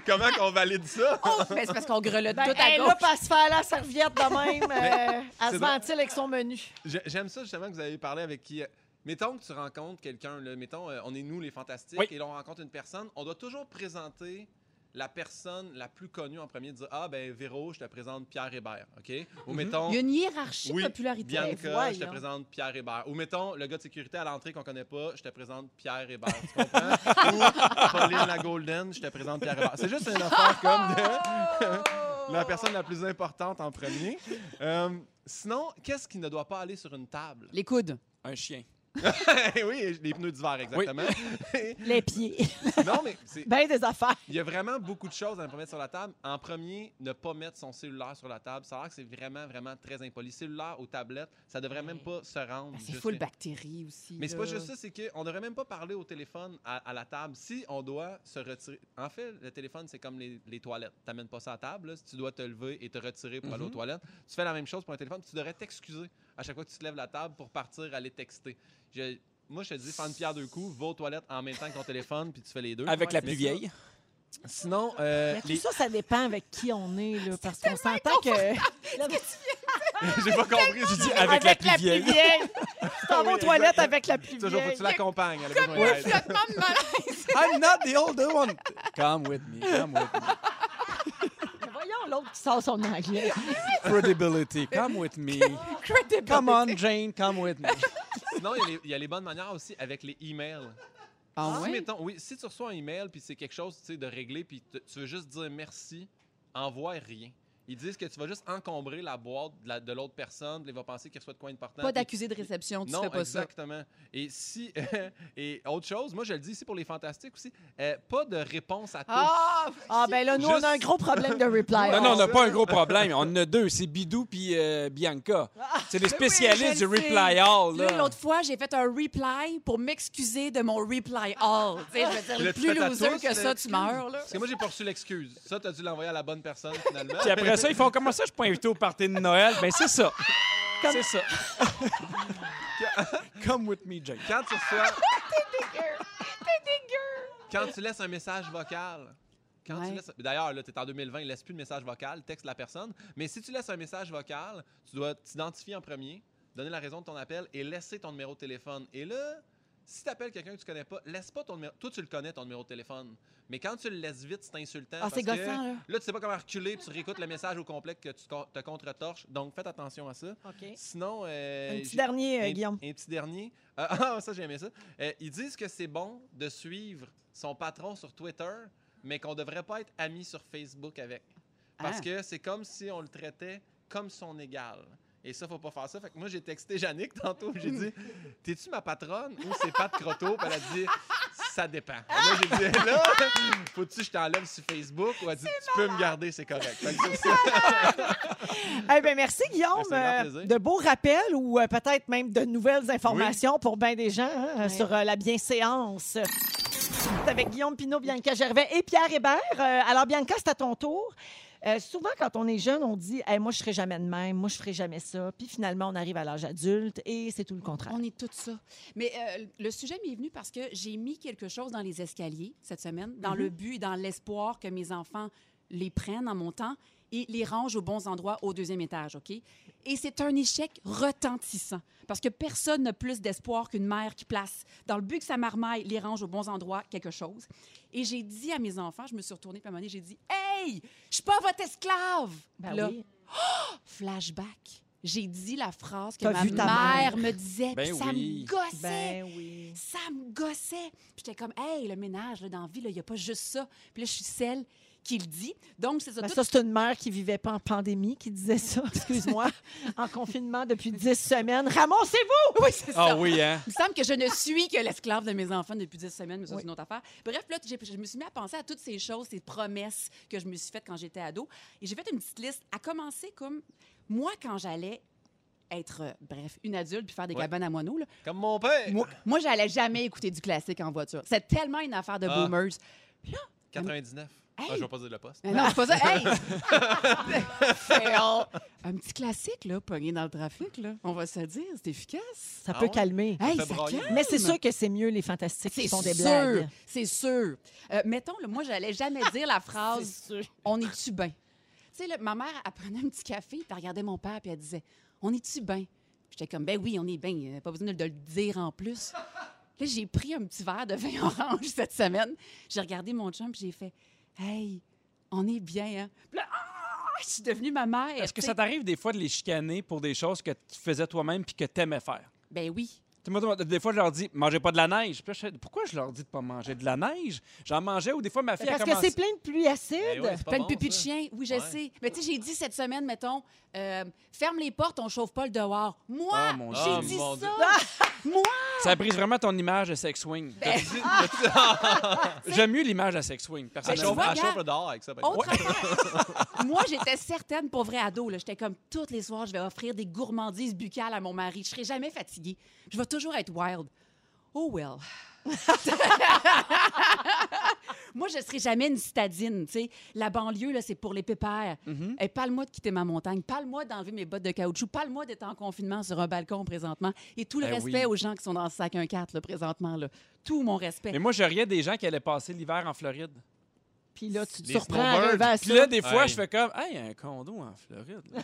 S2: Comment qu'on valide ça?
S3: Mais c'est parce qu'on grelotte
S1: Ben,
S3: tout à
S1: elle là,
S3: gauche.
S1: pas à se faire la serviette de même. euh, elle
S2: c'est
S1: se
S2: drôle.
S1: ventile avec son menu.
S2: Je- J'aime ça, justement, que vous avez parlé avec qui. euh, Mettons que tu rencontres quelqu'un, là, mettons, euh, on est nous les fantastiques,
S4: Oui.
S2: et là, on rencontre une personne, on doit toujours présenter la personne la plus connue en premier, dire Ah, ben Véro, je te présente Pierre Hébert, OK Ou mettons.
S3: Il y a une hiérarchie
S2: Oui,
S3: de popularité.
S2: Bianca, je te
S3: Voyons.
S2: présente Pierre Hébert. Ou mettons, le gars de sécurité à l'entrée qu'on connaît pas, je te présente Pierre Hébert. Tu comprends? Ou Pauline la Golden, je te présente Pierre Hébert. C'est juste une affaire
S1: Oh!
S2: comme de la personne la plus importante en premier. Euh, sinon, qu'est-ce qui ne doit pas aller sur une table?
S3: Les coudes.
S4: Un chien.
S2: Ben oui, les pneus d'hiver, exactement.
S1: Les pieds.
S2: non, mais c'est-
S1: Ben des affaires.
S2: il y a vraiment beaucoup de choses à ne pas mettre sur la table. En premier, ne pas mettre son cellulaire sur la table. Ça a l'air que c'est vraiment, vraiment très impoli. Cellulaire ou tablette, ça devrait même pas se rendre.
S3: Ben, c'est
S2: jusqu'à-
S3: full bactéries aussi.
S2: Mais c'est pas
S3: là.
S2: juste ça, c'est qu'on devrait même pas parler au téléphone à, à la table si on doit se retirer. En fait, le téléphone, c'est comme les, les toilettes. T'amènes pas ça à la table. là. Si tu dois te lever et te retirer pour aller aux toilettes, tu fais la même chose pour un téléphone. Tu devrais t'excuser à chaque fois que tu te lèves de la table pour partir aller texter. Je- moi, je te dis, faire une pierre deux coups, va aux toilettes en même temps que ton téléphone, puis tu fais les deux.
S4: Avec la plus
S2: Mais ça-
S4: vieille.
S2: Sinon, euh,
S1: Mais tout
S2: les-
S1: ça, ça dépend avec qui on est, là, parce qu'on s'entend que.
S2: j'ai pas compris. ce que tu dis.
S4: Avec, la plus vieille.
S1: Tu t'en vas aux
S2: Oui,
S1: toilettes
S2: exact.
S1: avec la plus
S2: Toujours faut que
S1: vieille.
S2: tu l'accompagnes. elle a besoin
S3: Le
S2: d'aide.
S3: flottement de malaise.
S4: I'm not the older one. Come with me. Come with me.
S1: Voyons l'autre qui sort son anglais.
S4: Credibility. Come with me. Come on, Jane. Come with me.
S2: Sinon, il y a les- il y, a les bonnes manières aussi avec les emails.
S3: Ah
S2: si,
S3: ouais?
S2: mettons- oui, si tu reçois un email puis c'est quelque chose tu sais, de réglé puis te- tu veux juste dire merci, envoie rien. Ils disent que tu vas juste encombrer la boîte de la- de l'autre personne, puis il va penser qu'il reçoit de quoi important.
S3: Pas
S2: puis-
S3: d'accusé de réception, tu
S2: non,
S3: fais pas
S2: exactement. Et si et autre chose, moi je le dis ici pour les fantastiques aussi, euh, pas de réponse à tout.
S3: ça. Ah!
S1: Ah, ben là, nous, on
S2: Juste-
S1: a un gros problème de reply.
S4: Non, non, on n'a pas un gros problème. On en a deux. C'est Bidou puis euh, Bianca. C'est les spécialistes du
S3: je le sais.
S4: reply all.
S3: Là,
S4: Là.
S3: l'autre fois, j'ai fait un reply pour m'excuser de mon reply all. Tu sais, je
S2: Là,
S3: veux dire,
S2: tu
S3: plus
S2: fais ta
S3: loser
S2: touche,
S3: que ça,
S2: là.
S3: tu meurs, là.
S2: Parce que moi j'ai pas reçu l'excuse. Ça tu as dû l'envoyer à la bonne personne finalement.
S4: Puis après ça, ils font comment ça, je suis pas invité au party de Noël? Ben, c'est ça. C'est ça. Come with me, Jane.
S2: Quand tu reçois. Quand tu laisses un message vocal. Quand tu
S3: Ouais.
S2: laisses... D'ailleurs, là, tu es en 2020, il laisse plus de message vocal, texte la personne. Mais si tu laisses un message vocal, tu dois t'identifier en premier, donner la raison de ton appel et laisser ton numéro de téléphone. Et là, si tu appelles quelqu'un que tu connais pas, laisse pas ton numéro. Toi, tu le connais, ton numéro de téléphone. Mais quand tu le laisses vite, c'est insultant.
S1: Ah, c'est
S2: parce
S1: gossant, là.
S2: Là, tu sais pas comment reculer, puis tu réécoutes le message au complet que tu co- te contre-torches. Donc, faites attention à ça. Sinon. euh,
S1: Un petit
S2: j'ai-
S1: dernier, euh,
S2: un-
S1: Guillaume.
S2: Un petit dernier. Euh, Ah, ça, j'ai aimé ça. Euh, ils disent que c'est bon de suivre son patron sur Twitter, mais qu'on devrait pas être amis sur Facebook avec. Parce
S3: Ah.
S2: que c'est comme si on le traitait comme son égal. Et ça, faut pas faire ça. Fait que moi, j'ai texté Yannick tantôt, puis j'ai dit T'es-tu ma patronne ou c'est Pat Croteau Puis elle a dit Ça dépend. Et là, j'ai dit Là, faut-tu que je t'enlève sur Facebook Ou elle a dit Tu peux me garder, c'est correct. Fait que c'est ça.
S1: Eh bien, merci, Guillaume.
S2: Ben, c'est un grand
S1: Euh,
S2: plaisir.
S1: de beaux rappels ou euh, peut-être même de nouvelles informations pour bien des gens hein, sur euh, la bienséance. C'est Avec Guillaume Pinot, Bianca Gervais et Pierre Hébert. Euh, alors, Bianca, c'est à ton tour. Euh, souvent, quand on est jeune, on dit Eh, Moi, je ne serai jamais de même, moi, je ne ferai jamais ça. Puis finalement, on arrive à l'âge adulte et c'est tout le contraire.
S3: On est tout ça. Mais euh, le sujet m'est venu parce que j'ai mis quelque chose dans les escaliers cette semaine, dans le
S1: Mhm.
S3: but et dans l'espoir que mes enfants les prennent en montant et les rangent aux bons endroits au deuxième étage, OK? Et c'est un échec retentissant parce que personne n'a plus d'espoir qu'une mère qui place, dans le but que sa marmaille les range aux bons endroits, quelque chose. Et j'ai dit à mes enfants, je me suis retournée puis à un moment donné, j'ai dit « Hey, je suis pas votre esclave!
S1: Ben
S3: Là,
S1: oui.
S3: flashback. J'ai dit la phrase que
S1: T'as
S3: ma
S1: vu ta
S3: mère me disait,
S4: Ben
S3: puis ça
S4: oui.
S3: me gossait.
S1: Ben oui.
S3: Ça me gossait. Puis j'étais comme, hey, le ménage, là, dans la vie, il n'y a pas juste ça. Puis là, je suis celle qui le dit. Donc, c'est ça.
S1: Ben,
S3: tout-
S1: ça, c'est une mère qui vivait pas en pandémie qui disait ça, excuse-moi, en confinement depuis 10 semaines. Ramassez-vous!
S3: Oui, c'est
S4: Ah
S3: ça.
S4: oui, hein?
S3: Il me semble que je ne suis que l'esclave de mes enfants depuis 10 semaines, mais ça,
S1: Oui.
S3: c'est une autre affaire. Bref, là, j'ai- je me suis mis à penser à toutes ces choses, ces promesses que je me suis faites quand j'étais ado. Et j'ai fait une petite liste, à commencer comme moi, quand j'allais être, euh, bref, une adulte puis faire des
S2: Ouais.
S3: cabanes à moineaux, là,
S2: Comme mon père
S3: Moi, moi, j'allais jamais écouter du classique en voiture. C'est tellement une affaire de
S2: Ah.
S3: boomers.
S2: 99.
S3: Hey!
S2: Ah, je vais pas dire le poste.
S3: Mais non, c'est pas ça. Hey! Fail. Un petit classique, là, pogné dans le trafic, là. On va se le dire, c'est efficace.
S1: Ça
S2: Ah
S1: peut
S2: ouais?
S1: calmer.
S3: Hey,
S2: fait
S3: ça
S2: brailler.
S3: calme.
S1: Mais c'est sûr que c'est mieux les fantastiques
S3: C'est
S1: qui font des
S3: sûr,
S1: blagues.
S3: c'est sûr. Euh, mettons, là, moi, j'allais jamais dire la phrase
S1: C'est sûr.
S3: On est-tu bien? Tu sais, là, ma mère, elle prenait un petit café, puis elle regardait mon père, puis elle disait On est-tu bien? J'étais comme, ben oui, on est bien, euh, pas besoin de le dire en plus. Là, j'ai pris un petit verre de vin orange cette semaine. J'ai regardé mon chum, puis j'ai fait, hey, on est bien, hein. Puis là, ah, je suis devenue ma mère.
S4: Est-ce que
S3: tu
S4: ça
S3: sais.
S4: t'arrive des fois de les chicaner pour des choses que tu faisais toi-même puis que t'aimais faire?
S3: Ben oui.
S4: Tu sais, moi, des fois, je leur dis, mangez pas de la neige. Puis là, je fais, pourquoi je leur dis de pas manger de la neige? J'en mangeais ou des fois,
S3: Ben,
S4: ma fille
S1: Parce
S4: a
S1: que
S4: commencé...
S1: c'est plein de pluie acide.
S2: Ben ouais, c'est pas
S3: Plein
S2: bon,
S3: de pupilles de
S2: ça.
S3: chien, oui, je
S2: Ouais.
S3: sais. Mais tu sais, j'ai dit cette semaine, mettons, euh, ferme les portes, on chauffe pas le dehors. Moi,
S4: Oh, mon
S3: j'ai
S2: Dieu.
S3: dit
S2: Oh, mon
S3: ça.
S2: Dieu.
S3: Moi,
S4: Ça brise vraiment ton image de sex swing.
S3: Ben, ah!
S4: J'aime mieux l'image de sex swing,
S2: Elle
S3: tu
S4: personnellement.
S2: Ah, chauffe-
S3: Ah, vois,
S2: elle
S3: regarde.
S2: chauffe le dehors avec ça. ben, par exemple.
S3: autre affaire. Moi, j'étais certaine, pour vrai ado, là, j'étais comme toutes les soirs, je vais offrir des gourmandises buccales à mon mari. Je serai jamais fatiguée. Je vais toujours être wild. Oh well. Moi, je serai jamais une citadine, tu sais. La banlieue, là, c'est pour les pépères.
S4: Mm-hmm.
S3: Et parle-moi de quitter ma montagne. Parle-moi d'enlever mes bottes de caoutchouc. Parle-moi d'être en confinement sur un balcon présentement. Et tout le
S4: Ben oui.
S3: respect aux gens qui sont dans le sac 1-4, là, présentement, là. Tout mon respect.
S4: Mais moi, je riais des gens qui allaient passer l'hiver en Floride.
S1: Puis là, tu te
S2: Les
S1: surprends à
S2: snowbirds.
S1: arriver à
S4: Puis
S1: ça.
S4: là, des fois,
S2: Ouais.
S4: je fais comme, hey, un condo en Floride. là.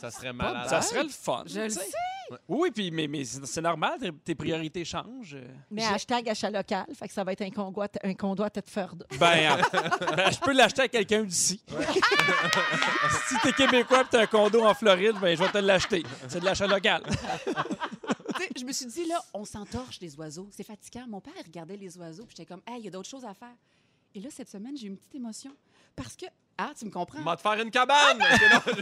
S2: Ça serait malade.
S4: Ça serait le fun.
S3: Ah, Je le
S4: tu sais.
S3: sais.
S4: Oui, puis mais, mais c'est c'est normal, tes- tes priorités changent.
S1: Mais hashtag achat local, fait que ça va être un condo à, t- un condo à tête ferde.
S4: Ben, euh, ben, je peux l'acheter à quelqu'un d'ici. si t'es québécois et t'as un condo en Floride, ben je vais te l'acheter. C'est de l'achat local.
S3: Tu sais, je me suis dit, là, on s'entorche les oiseaux. C'est fatigant. Mon père regardait les oiseaux, puis j'étais comme, hey, il y a d'autres choses à faire. Et là, cette semaine, j'ai eu une petite émotion. Parce que, ah, tu me comprends?
S2: M'a te faire une cabane!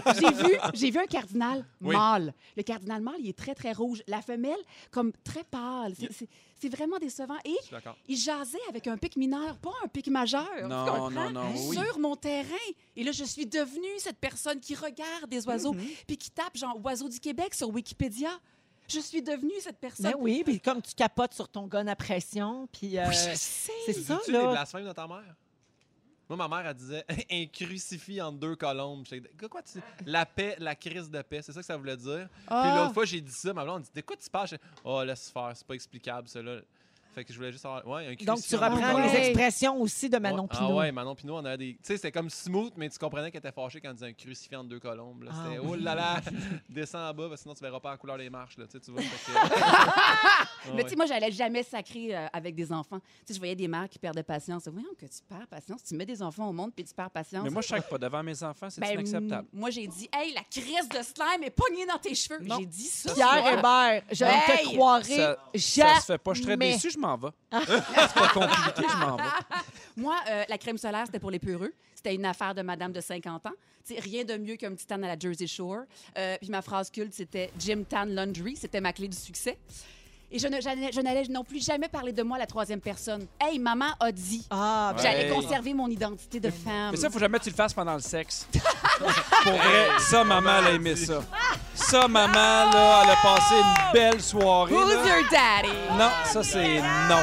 S3: Ah, J'ai vu, j'ai vu un cardinal
S2: Oui.
S3: mâle. Le cardinal mâle, il est très, très rouge. La femelle, comme très pâle. C'est, c'est- c'est vraiment décevant. Et
S2: suis d'accord.
S3: il jasait avec un pic mineur, pas un pic majeur. tu
S4: Non,
S3: comprends?
S4: non, non, oui.
S3: Sur mon terrain. Et là, je suis devenue cette personne qui regarde des oiseaux, puis qui tape, genre, oiseaux du Québec sur Wikipédia. Je suis devenue cette personne.
S1: Ben oui, puis comme tu capotes sur ton gun à pression, puis euh,
S3: Je sais.
S1: c'est ça,
S2: Tu des
S1: là.
S2: blasphèmes de ta mère? Moi, ma mère, elle disait un crucifix entre deux colombes. J'étais, De quoi tu. La paix, la crise de paix, c'est ça que ça voulait dire. Puis
S3: Ah.
S2: l'autre fois, j'ai dit ça, ma blonde, dit De quoi tu parles? J'étais, Oh, laisse faire, c'est pas explicable, ça, là. Fait que je voulais juste avoir. Ouais, un crucifix.
S1: Donc, tu
S2: entre deux
S1: reprends
S2: colombes.
S1: les
S3: Ouais.
S1: expressions aussi de Manon
S2: Ouais.
S1: Pinot.
S2: Ah ouais, Manon Pinot, on avait des. Tu sais, c'était comme smooth, mais tu comprenais qu'elle était fâchée quand elle disait un crucifix entre deux colombes. là.
S1: Ah
S2: C'était
S1: oui.
S2: oh là là, descends en bas, parce que sinon tu verras pas la couleur des marches. Là. Tu sais, tu vois, fait que- Ah
S4: Ah
S2: Ouais,
S3: Mais
S2: ouais.
S3: tu sais, moi, j'allais jamais sacrer euh, avec des enfants. Tu sais, je voyais des mères qui perdaient patience. Voyons que tu perds patience. Tu mets des enfants au monde, puis tu perds patience.
S4: Mais moi, je choque pas devant mes enfants, c'est
S3: Ben,
S4: inacceptable.
S3: m- Moi, j'ai dit, hey, la crise de slime est pognée dans tes cheveux. J'ai dit ça.
S1: Pierre Hébert, je ne
S3: Hey!
S1: te croirai
S4: Ça,
S1: jamais.
S4: ça se fait pas, je suis très déçu, je m'en vais.
S3: Ah.
S4: c'est pas compliqué, je m'en vais.
S3: Moi, euh, la crème solaire, c'était pour les peureux. C'était une affaire de madame de 50 ans. Tu sais, rien de mieux qu'un petit tan à la Jersey Shore. Euh, puis ma phrase culte, c'était Jim Tan Laundry. C'était ma clé du succès. Et je ne- j'allais je n'allais non plus jamais parler de moi à la troisième personne. Hey, maman a dit.
S1: Ah, ben,
S3: J'allais
S4: Ouais.
S3: conserver mon identité de femme.
S4: Mais ça, faut jamais que tu le fasses pendant le sexe. Pour vrai, ça, maman, elle a aimé ça. Ça, maman, là, elle a passé une belle soirée.
S3: Who's
S4: là.
S3: your daddy?
S4: Non, ça, c'est non.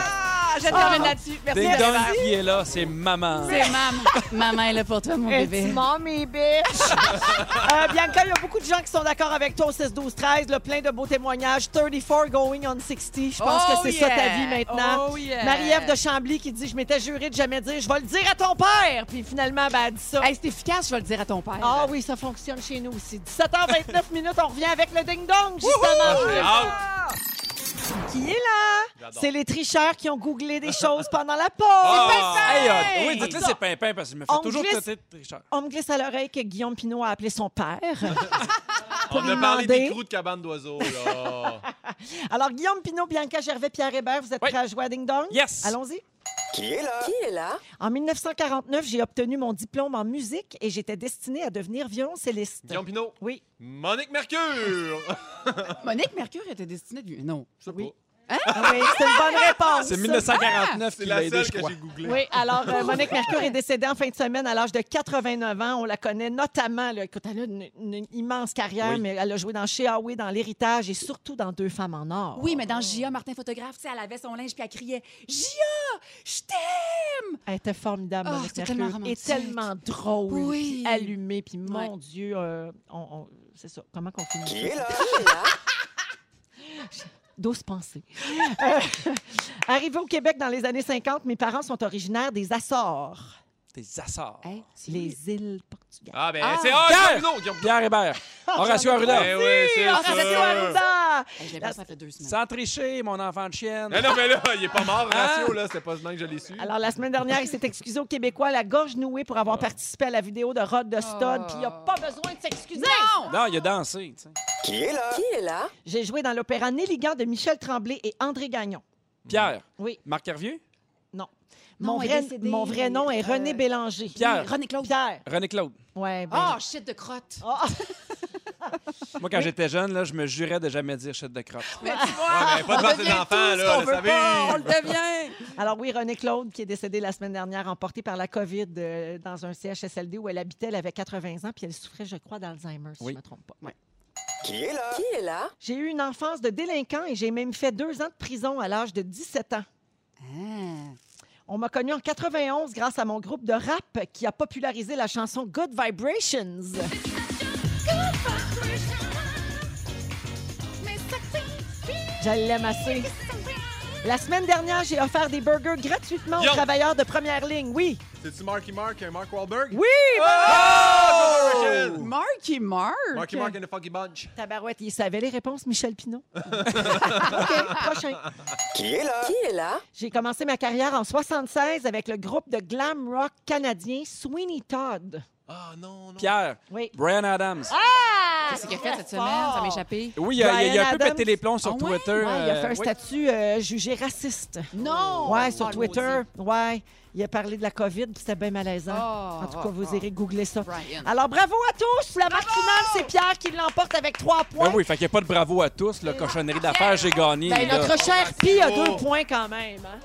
S3: Ah, je termine là-dessus. Merci.
S4: Ding dong
S3: Hébert.
S4: qui est là, c'est maman.
S3: C'est maman. maman est là pour toi, mon
S1: It's
S3: bébé.
S1: mommy, bitch! Euh, Bianca, il y a beaucoup de gens qui sont d'accord avec toi au 6-12-13. là, plein de beaux témoignages. 34 going on 60. Je pense
S3: Oh
S1: que c'est ça ta
S3: yeah!
S1: vie maintenant.
S3: Oh yeah!
S1: Marie-Ève de Chambly qui dit Je m'étais juré de jamais dire, je vais le dire à ton père. Puis finalement, ben, elle dit ça.
S3: Hey, c'est efficace, je vais le dire à ton père.
S1: Ah oui, ça fonctionne chez nous aussi. 17h29 minutes, on revient avec le ding-dong, justement.
S2: Ah,
S1: qui est là?
S2: j'adore.
S1: C'est les tricheurs qui ont googlé des choses pendant la pause.
S4: Ah!
S3: Pimpin!
S4: Hey, euh, oui, dites-le, c'est pimpin parce que je me fais
S1: On
S4: toujours
S1: glisse-
S4: traiter de tricheur.
S1: On me glisse à l'oreille que Guillaume Pinot a appelé son père.
S2: On
S1: lui
S2: a parlé des
S1: demander.
S2: trous de cabane d'oiseaux, là.
S1: Alors, Guillaume Pinot, Bianca Gervais, Pierre Hébert, vous êtes
S4: Oui.
S1: prêts à jouer à Ding Dong?
S4: Yes!
S1: Allons-y.
S6: Qui est là?
S1: En 1949, j'ai obtenu mon diplôme en musique et j'étais destinée à devenir violoncelliste.
S2: Guillaume Pinot,
S1: Oui.
S2: Monique Mercure!
S3: Monique Mercure était destinée de... Non.
S2: Je sais
S1: Oui.
S2: pas.
S1: Ah oui, c'est une bonne réponse.
S4: C'est
S1: Ah!
S4: 1949
S2: C'est
S4: qu'il l'a
S2: la
S4: aidé,
S2: seule
S4: je
S2: que
S4: crois.
S2: j'ai googlée.
S1: Oui, alors euh, Monique Mercure est décédée en fin de semaine à l'âge de 89 ans. On la connaît notamment, là, écoute, elle a une, une immense carrière,
S4: Oui.
S1: mais elle a joué dans Cheaoui, dans L'Héritage et surtout dans Deux femmes en or.
S3: Oui, mais dans Gia, Martin photographe, tu sais, elle avait son linge puis elle criait Gia, je t'aime!
S1: Elle était formidable,
S3: Ah,
S1: Monique
S3: c'était
S1: Mercure.
S3: tellement romantique.
S1: Et tellement drôle,
S3: Oui.
S1: puis allumée, puis mon
S3: Ouais.
S1: Dieu, euh, on- on- c'est ça. Comment qu'on finit
S6: Qui
S1: ça?
S6: est là?
S1: D'ose penser. Arrivé au Québec dans les années 50, mes parents sont originaires des Açores,
S4: Des Açores.
S3: Hey, c'est lui.
S1: les îles portugaises.
S2: Ah, ben,
S3: Ah.
S2: c'est. Ah,
S4: Pierre!
S2: Guillaume Pinot! Guillaume Pinot!
S4: Pierre Hébert, Horacio Arruda.
S6: Ah,
S1: Ah,
S2: Eh oui, c'est
S1: Horacio
S2: sûr.
S1: Arruda! Ah!
S3: Hey, je l'ai pas, ça fait deux semaines.
S4: Sans tricher, mon enfant de chienne.
S2: Non, non, mais là, il est pas mort, Ratio, là. C'était pas demain que je l'ai su.
S1: Alors, la semaine dernière, il s'est excusé aux Québécois à la gorge nouée pour
S6: Ah.
S1: avoir participé à la vidéo de Rod de Stone, puis il a pas besoin de s'excuser.
S3: Ah. Non!
S4: Non, il a dansé, tu sais.
S6: Qui est là?
S1: J'ai joué dans l'opéra Néligan de Michel Tremblay et André Gagnon.
S4: Pierre.
S1: Oui.
S4: Marc Hervieux.
S1: Non.
S3: Non,
S1: mon,
S3: elle est
S1: vrai,
S3: décédée,
S1: mon vrai nom est
S3: euh,
S1: René Bélanger.
S4: Pierre.
S1: René Claude. Pierre.
S4: René Claude.
S1: Ouais,
S3: Oh,
S1: ben-
S3: shit de crotte!
S1: Ah!
S4: Moi, quand j'étais jeune, là, je me jurais de jamais dire chute de crotte.
S3: Mais tu vois,
S2: Ouais, mais pas
S3: on
S2: devant ses
S3: devient
S2: enfants,
S3: tout ce
S2: là,
S3: qu'on
S2: le
S3: veut
S2: savez.
S3: pas, on le devient!
S1: Alors oui, René Claude, qui est décédée la semaine dernière, emportée par la COVID euh, dans un CHSLD où elle habitait. Elle avait 80 ans, puis elle souffrait, je crois, d'Alzheimer, si
S4: Oui.
S1: je ne me trompe pas.
S6: Qui est là? Qui est là?
S1: J'ai eu une enfance de délinquant et j'ai même fait deux ans de prison à l'âge de 17 ans. On m'a connu en 91 grâce à mon groupe de rap qui a popularisé la chanson Good Vibrations. Je l'aime assez. La semaine dernière, j'ai offert des burgers gratuitement aux
S2: Yo!
S1: travailleurs de première ligne. Oui.
S2: C'est-tu Marky Mark et Mark Wahlberg?
S1: Oui!
S2: Oh! Good version!
S3: Marky Mark!
S2: Marky Mark and the Funky Bunch.
S1: Tabarouette, il savait les réponses, Michel Pinot. OK, prochain.
S6: Qui est là? Qui est là?
S1: J'ai commencé ma carrière en 76 avec le groupe de glam rock canadien Sweeney Todd.
S2: Ah non, non.
S4: Pierre.
S1: Oui. Ah!
S4: Brian Adams.
S3: Qu'est-ce qu'il a fait cette
S1: Très
S3: semaine? Ça
S1: fort.
S3: m'a échappé.
S4: Oui, il a, il a- il a un peu
S1: Brian
S4: pété les plombs sur
S3: Ah ouais?
S4: Twitter.
S1: Ouais, il a
S4: euh,
S1: fait un
S4: oui.
S1: statut euh, jugé raciste.
S3: Non!
S1: ouais, sur
S3: Oh, le
S1: Twitter. Ouais. Il a parlé de la COVID, puis c'était bien malaisant.
S3: Oh,
S1: en tout cas,
S3: oh,
S1: vous
S3: oh.
S1: irez googler ça.
S3: Brian.
S1: Alors, bravo à tous! La marque finale, c'est Pierre qui l'emporte avec trois points.
S4: Ben oui, fait qu'il n'y a pas de bravo à tous. La cochonnerie d'affaires, j'ai gagné.
S1: Ben,
S4: là.
S1: notre cher Pi a
S2: bravo.
S1: deux points quand même. hein.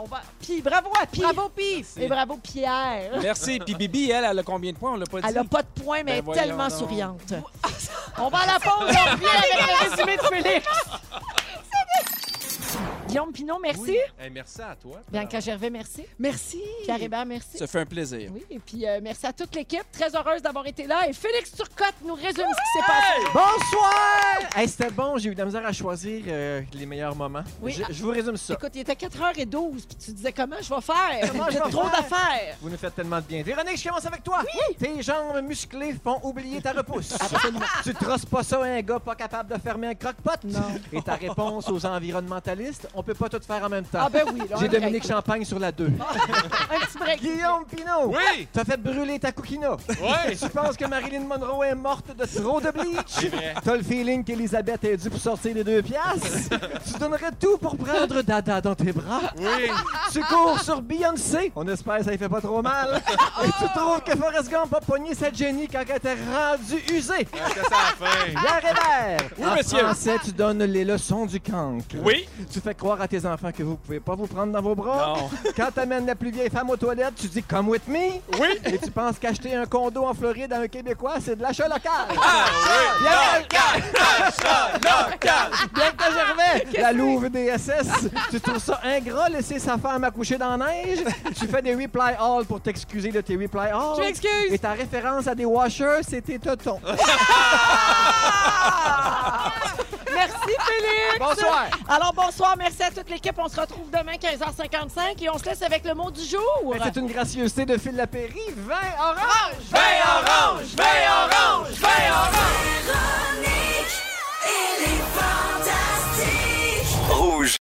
S1: On va... Pi, bravo à Pi.
S3: Bravo, Pif!
S1: Et bravo Pierre.
S4: Merci. Puis Bibi, elle, elle a combien de points? On l'a pas dit.
S1: Elle n'a pas de points, mais
S4: Ben
S1: elle est tellement
S4: voyons donc.
S1: souriante. on va à la pause, on revient avec le résumé de Félix. Guillaume Pinot, merci.
S2: Oui. Hey, merci à toi.
S1: Bianca Gervais, merci.
S3: Merci!
S1: Pierre Hébert, merci.
S4: Ça fait un plaisir.
S1: Oui, et puis euh, merci à toute l'équipe. Très heureuse d'avoir été là. Et Félix Turcotte nous résume ce qui s'est passé.
S7: Bonsoir! Hey, c'était bon, j'ai eu de la misère à choisir euh, les meilleurs moments.
S1: Oui,
S7: je,
S1: ah-
S7: je vous résume ça.
S1: Écoute, il était 4h12, puis tu disais comment je vais faire?
S7: Comment je
S1: J'ai
S7: vais
S1: trop
S7: faire?
S1: d'affaires.
S7: Vous nous faites tellement de bien. Véronique, je commence avec toi. Oui! Tes jambes musclées font oublier ta repousse. tu trosses pas ça à un gars pas capable de fermer un croque-pot. Non. Et ta réponse aux environnementalistes, on peut pas tout faire en même temps.
S1: Ah ben oui, là, Ah, un
S7: j'ai
S1: break.
S7: Dominique Champagne sur la 2.
S1: Un petit break.
S7: Guillaume Pinot!
S2: Oui!
S7: T'as fait brûler ta coquina.
S2: Ouais!
S7: Tu penses que Marilyn Monroe est morte de trop de bleach?
S2: vrai.
S7: T'as le feeling qu'Elisabeth est due pour sortir les deux piastres? tu donnerais tout pour prendre Dada dans tes bras?
S2: Oui!
S7: Tu cours sur Beyoncé? On espère que ça lui fait pas trop mal. Et tu trouves que Forrest Gump a pogné sa Jenny quand elle était rendue usée?
S2: Ouais, C'était ça à la fin.
S7: Pierre Hébert!
S4: Oui,
S7: en
S4: monsieur.
S7: français, tu donnes les leçons du cancre.
S4: Oui.
S7: Tu fais croire à tes enfants que vous pouvez pas vous prendre dans vos bras.
S4: Non.
S7: Quand t'amènes la plus vieille femme aux toilettes, tu dis « Come with me ». Oui. Et tu penses qu'acheter un condo en Floride à un Québécois, c'est de l'achat local. Bien Bien que Gervais, la louve des SS. tu trouves ça ingrat, laisser sa femme accoucher dans la neige. tu fais des reply all pour t'excuser de tes reply all.
S3: Je m'excuse.
S7: Et ta référence à des washers, c'est tes totons.
S1: Merci Félix.
S7: Bonsoir.
S1: Ah! Alors bonsoir, merci à toute l'équipe. On se retrouve demain 15h55 et on se laisse avec le mot du jour.
S7: Mais Ben, C'est une gracieuseté de Phil Lapéry, 20 orange.
S6: Véronique, elle est fantastique! Rouge!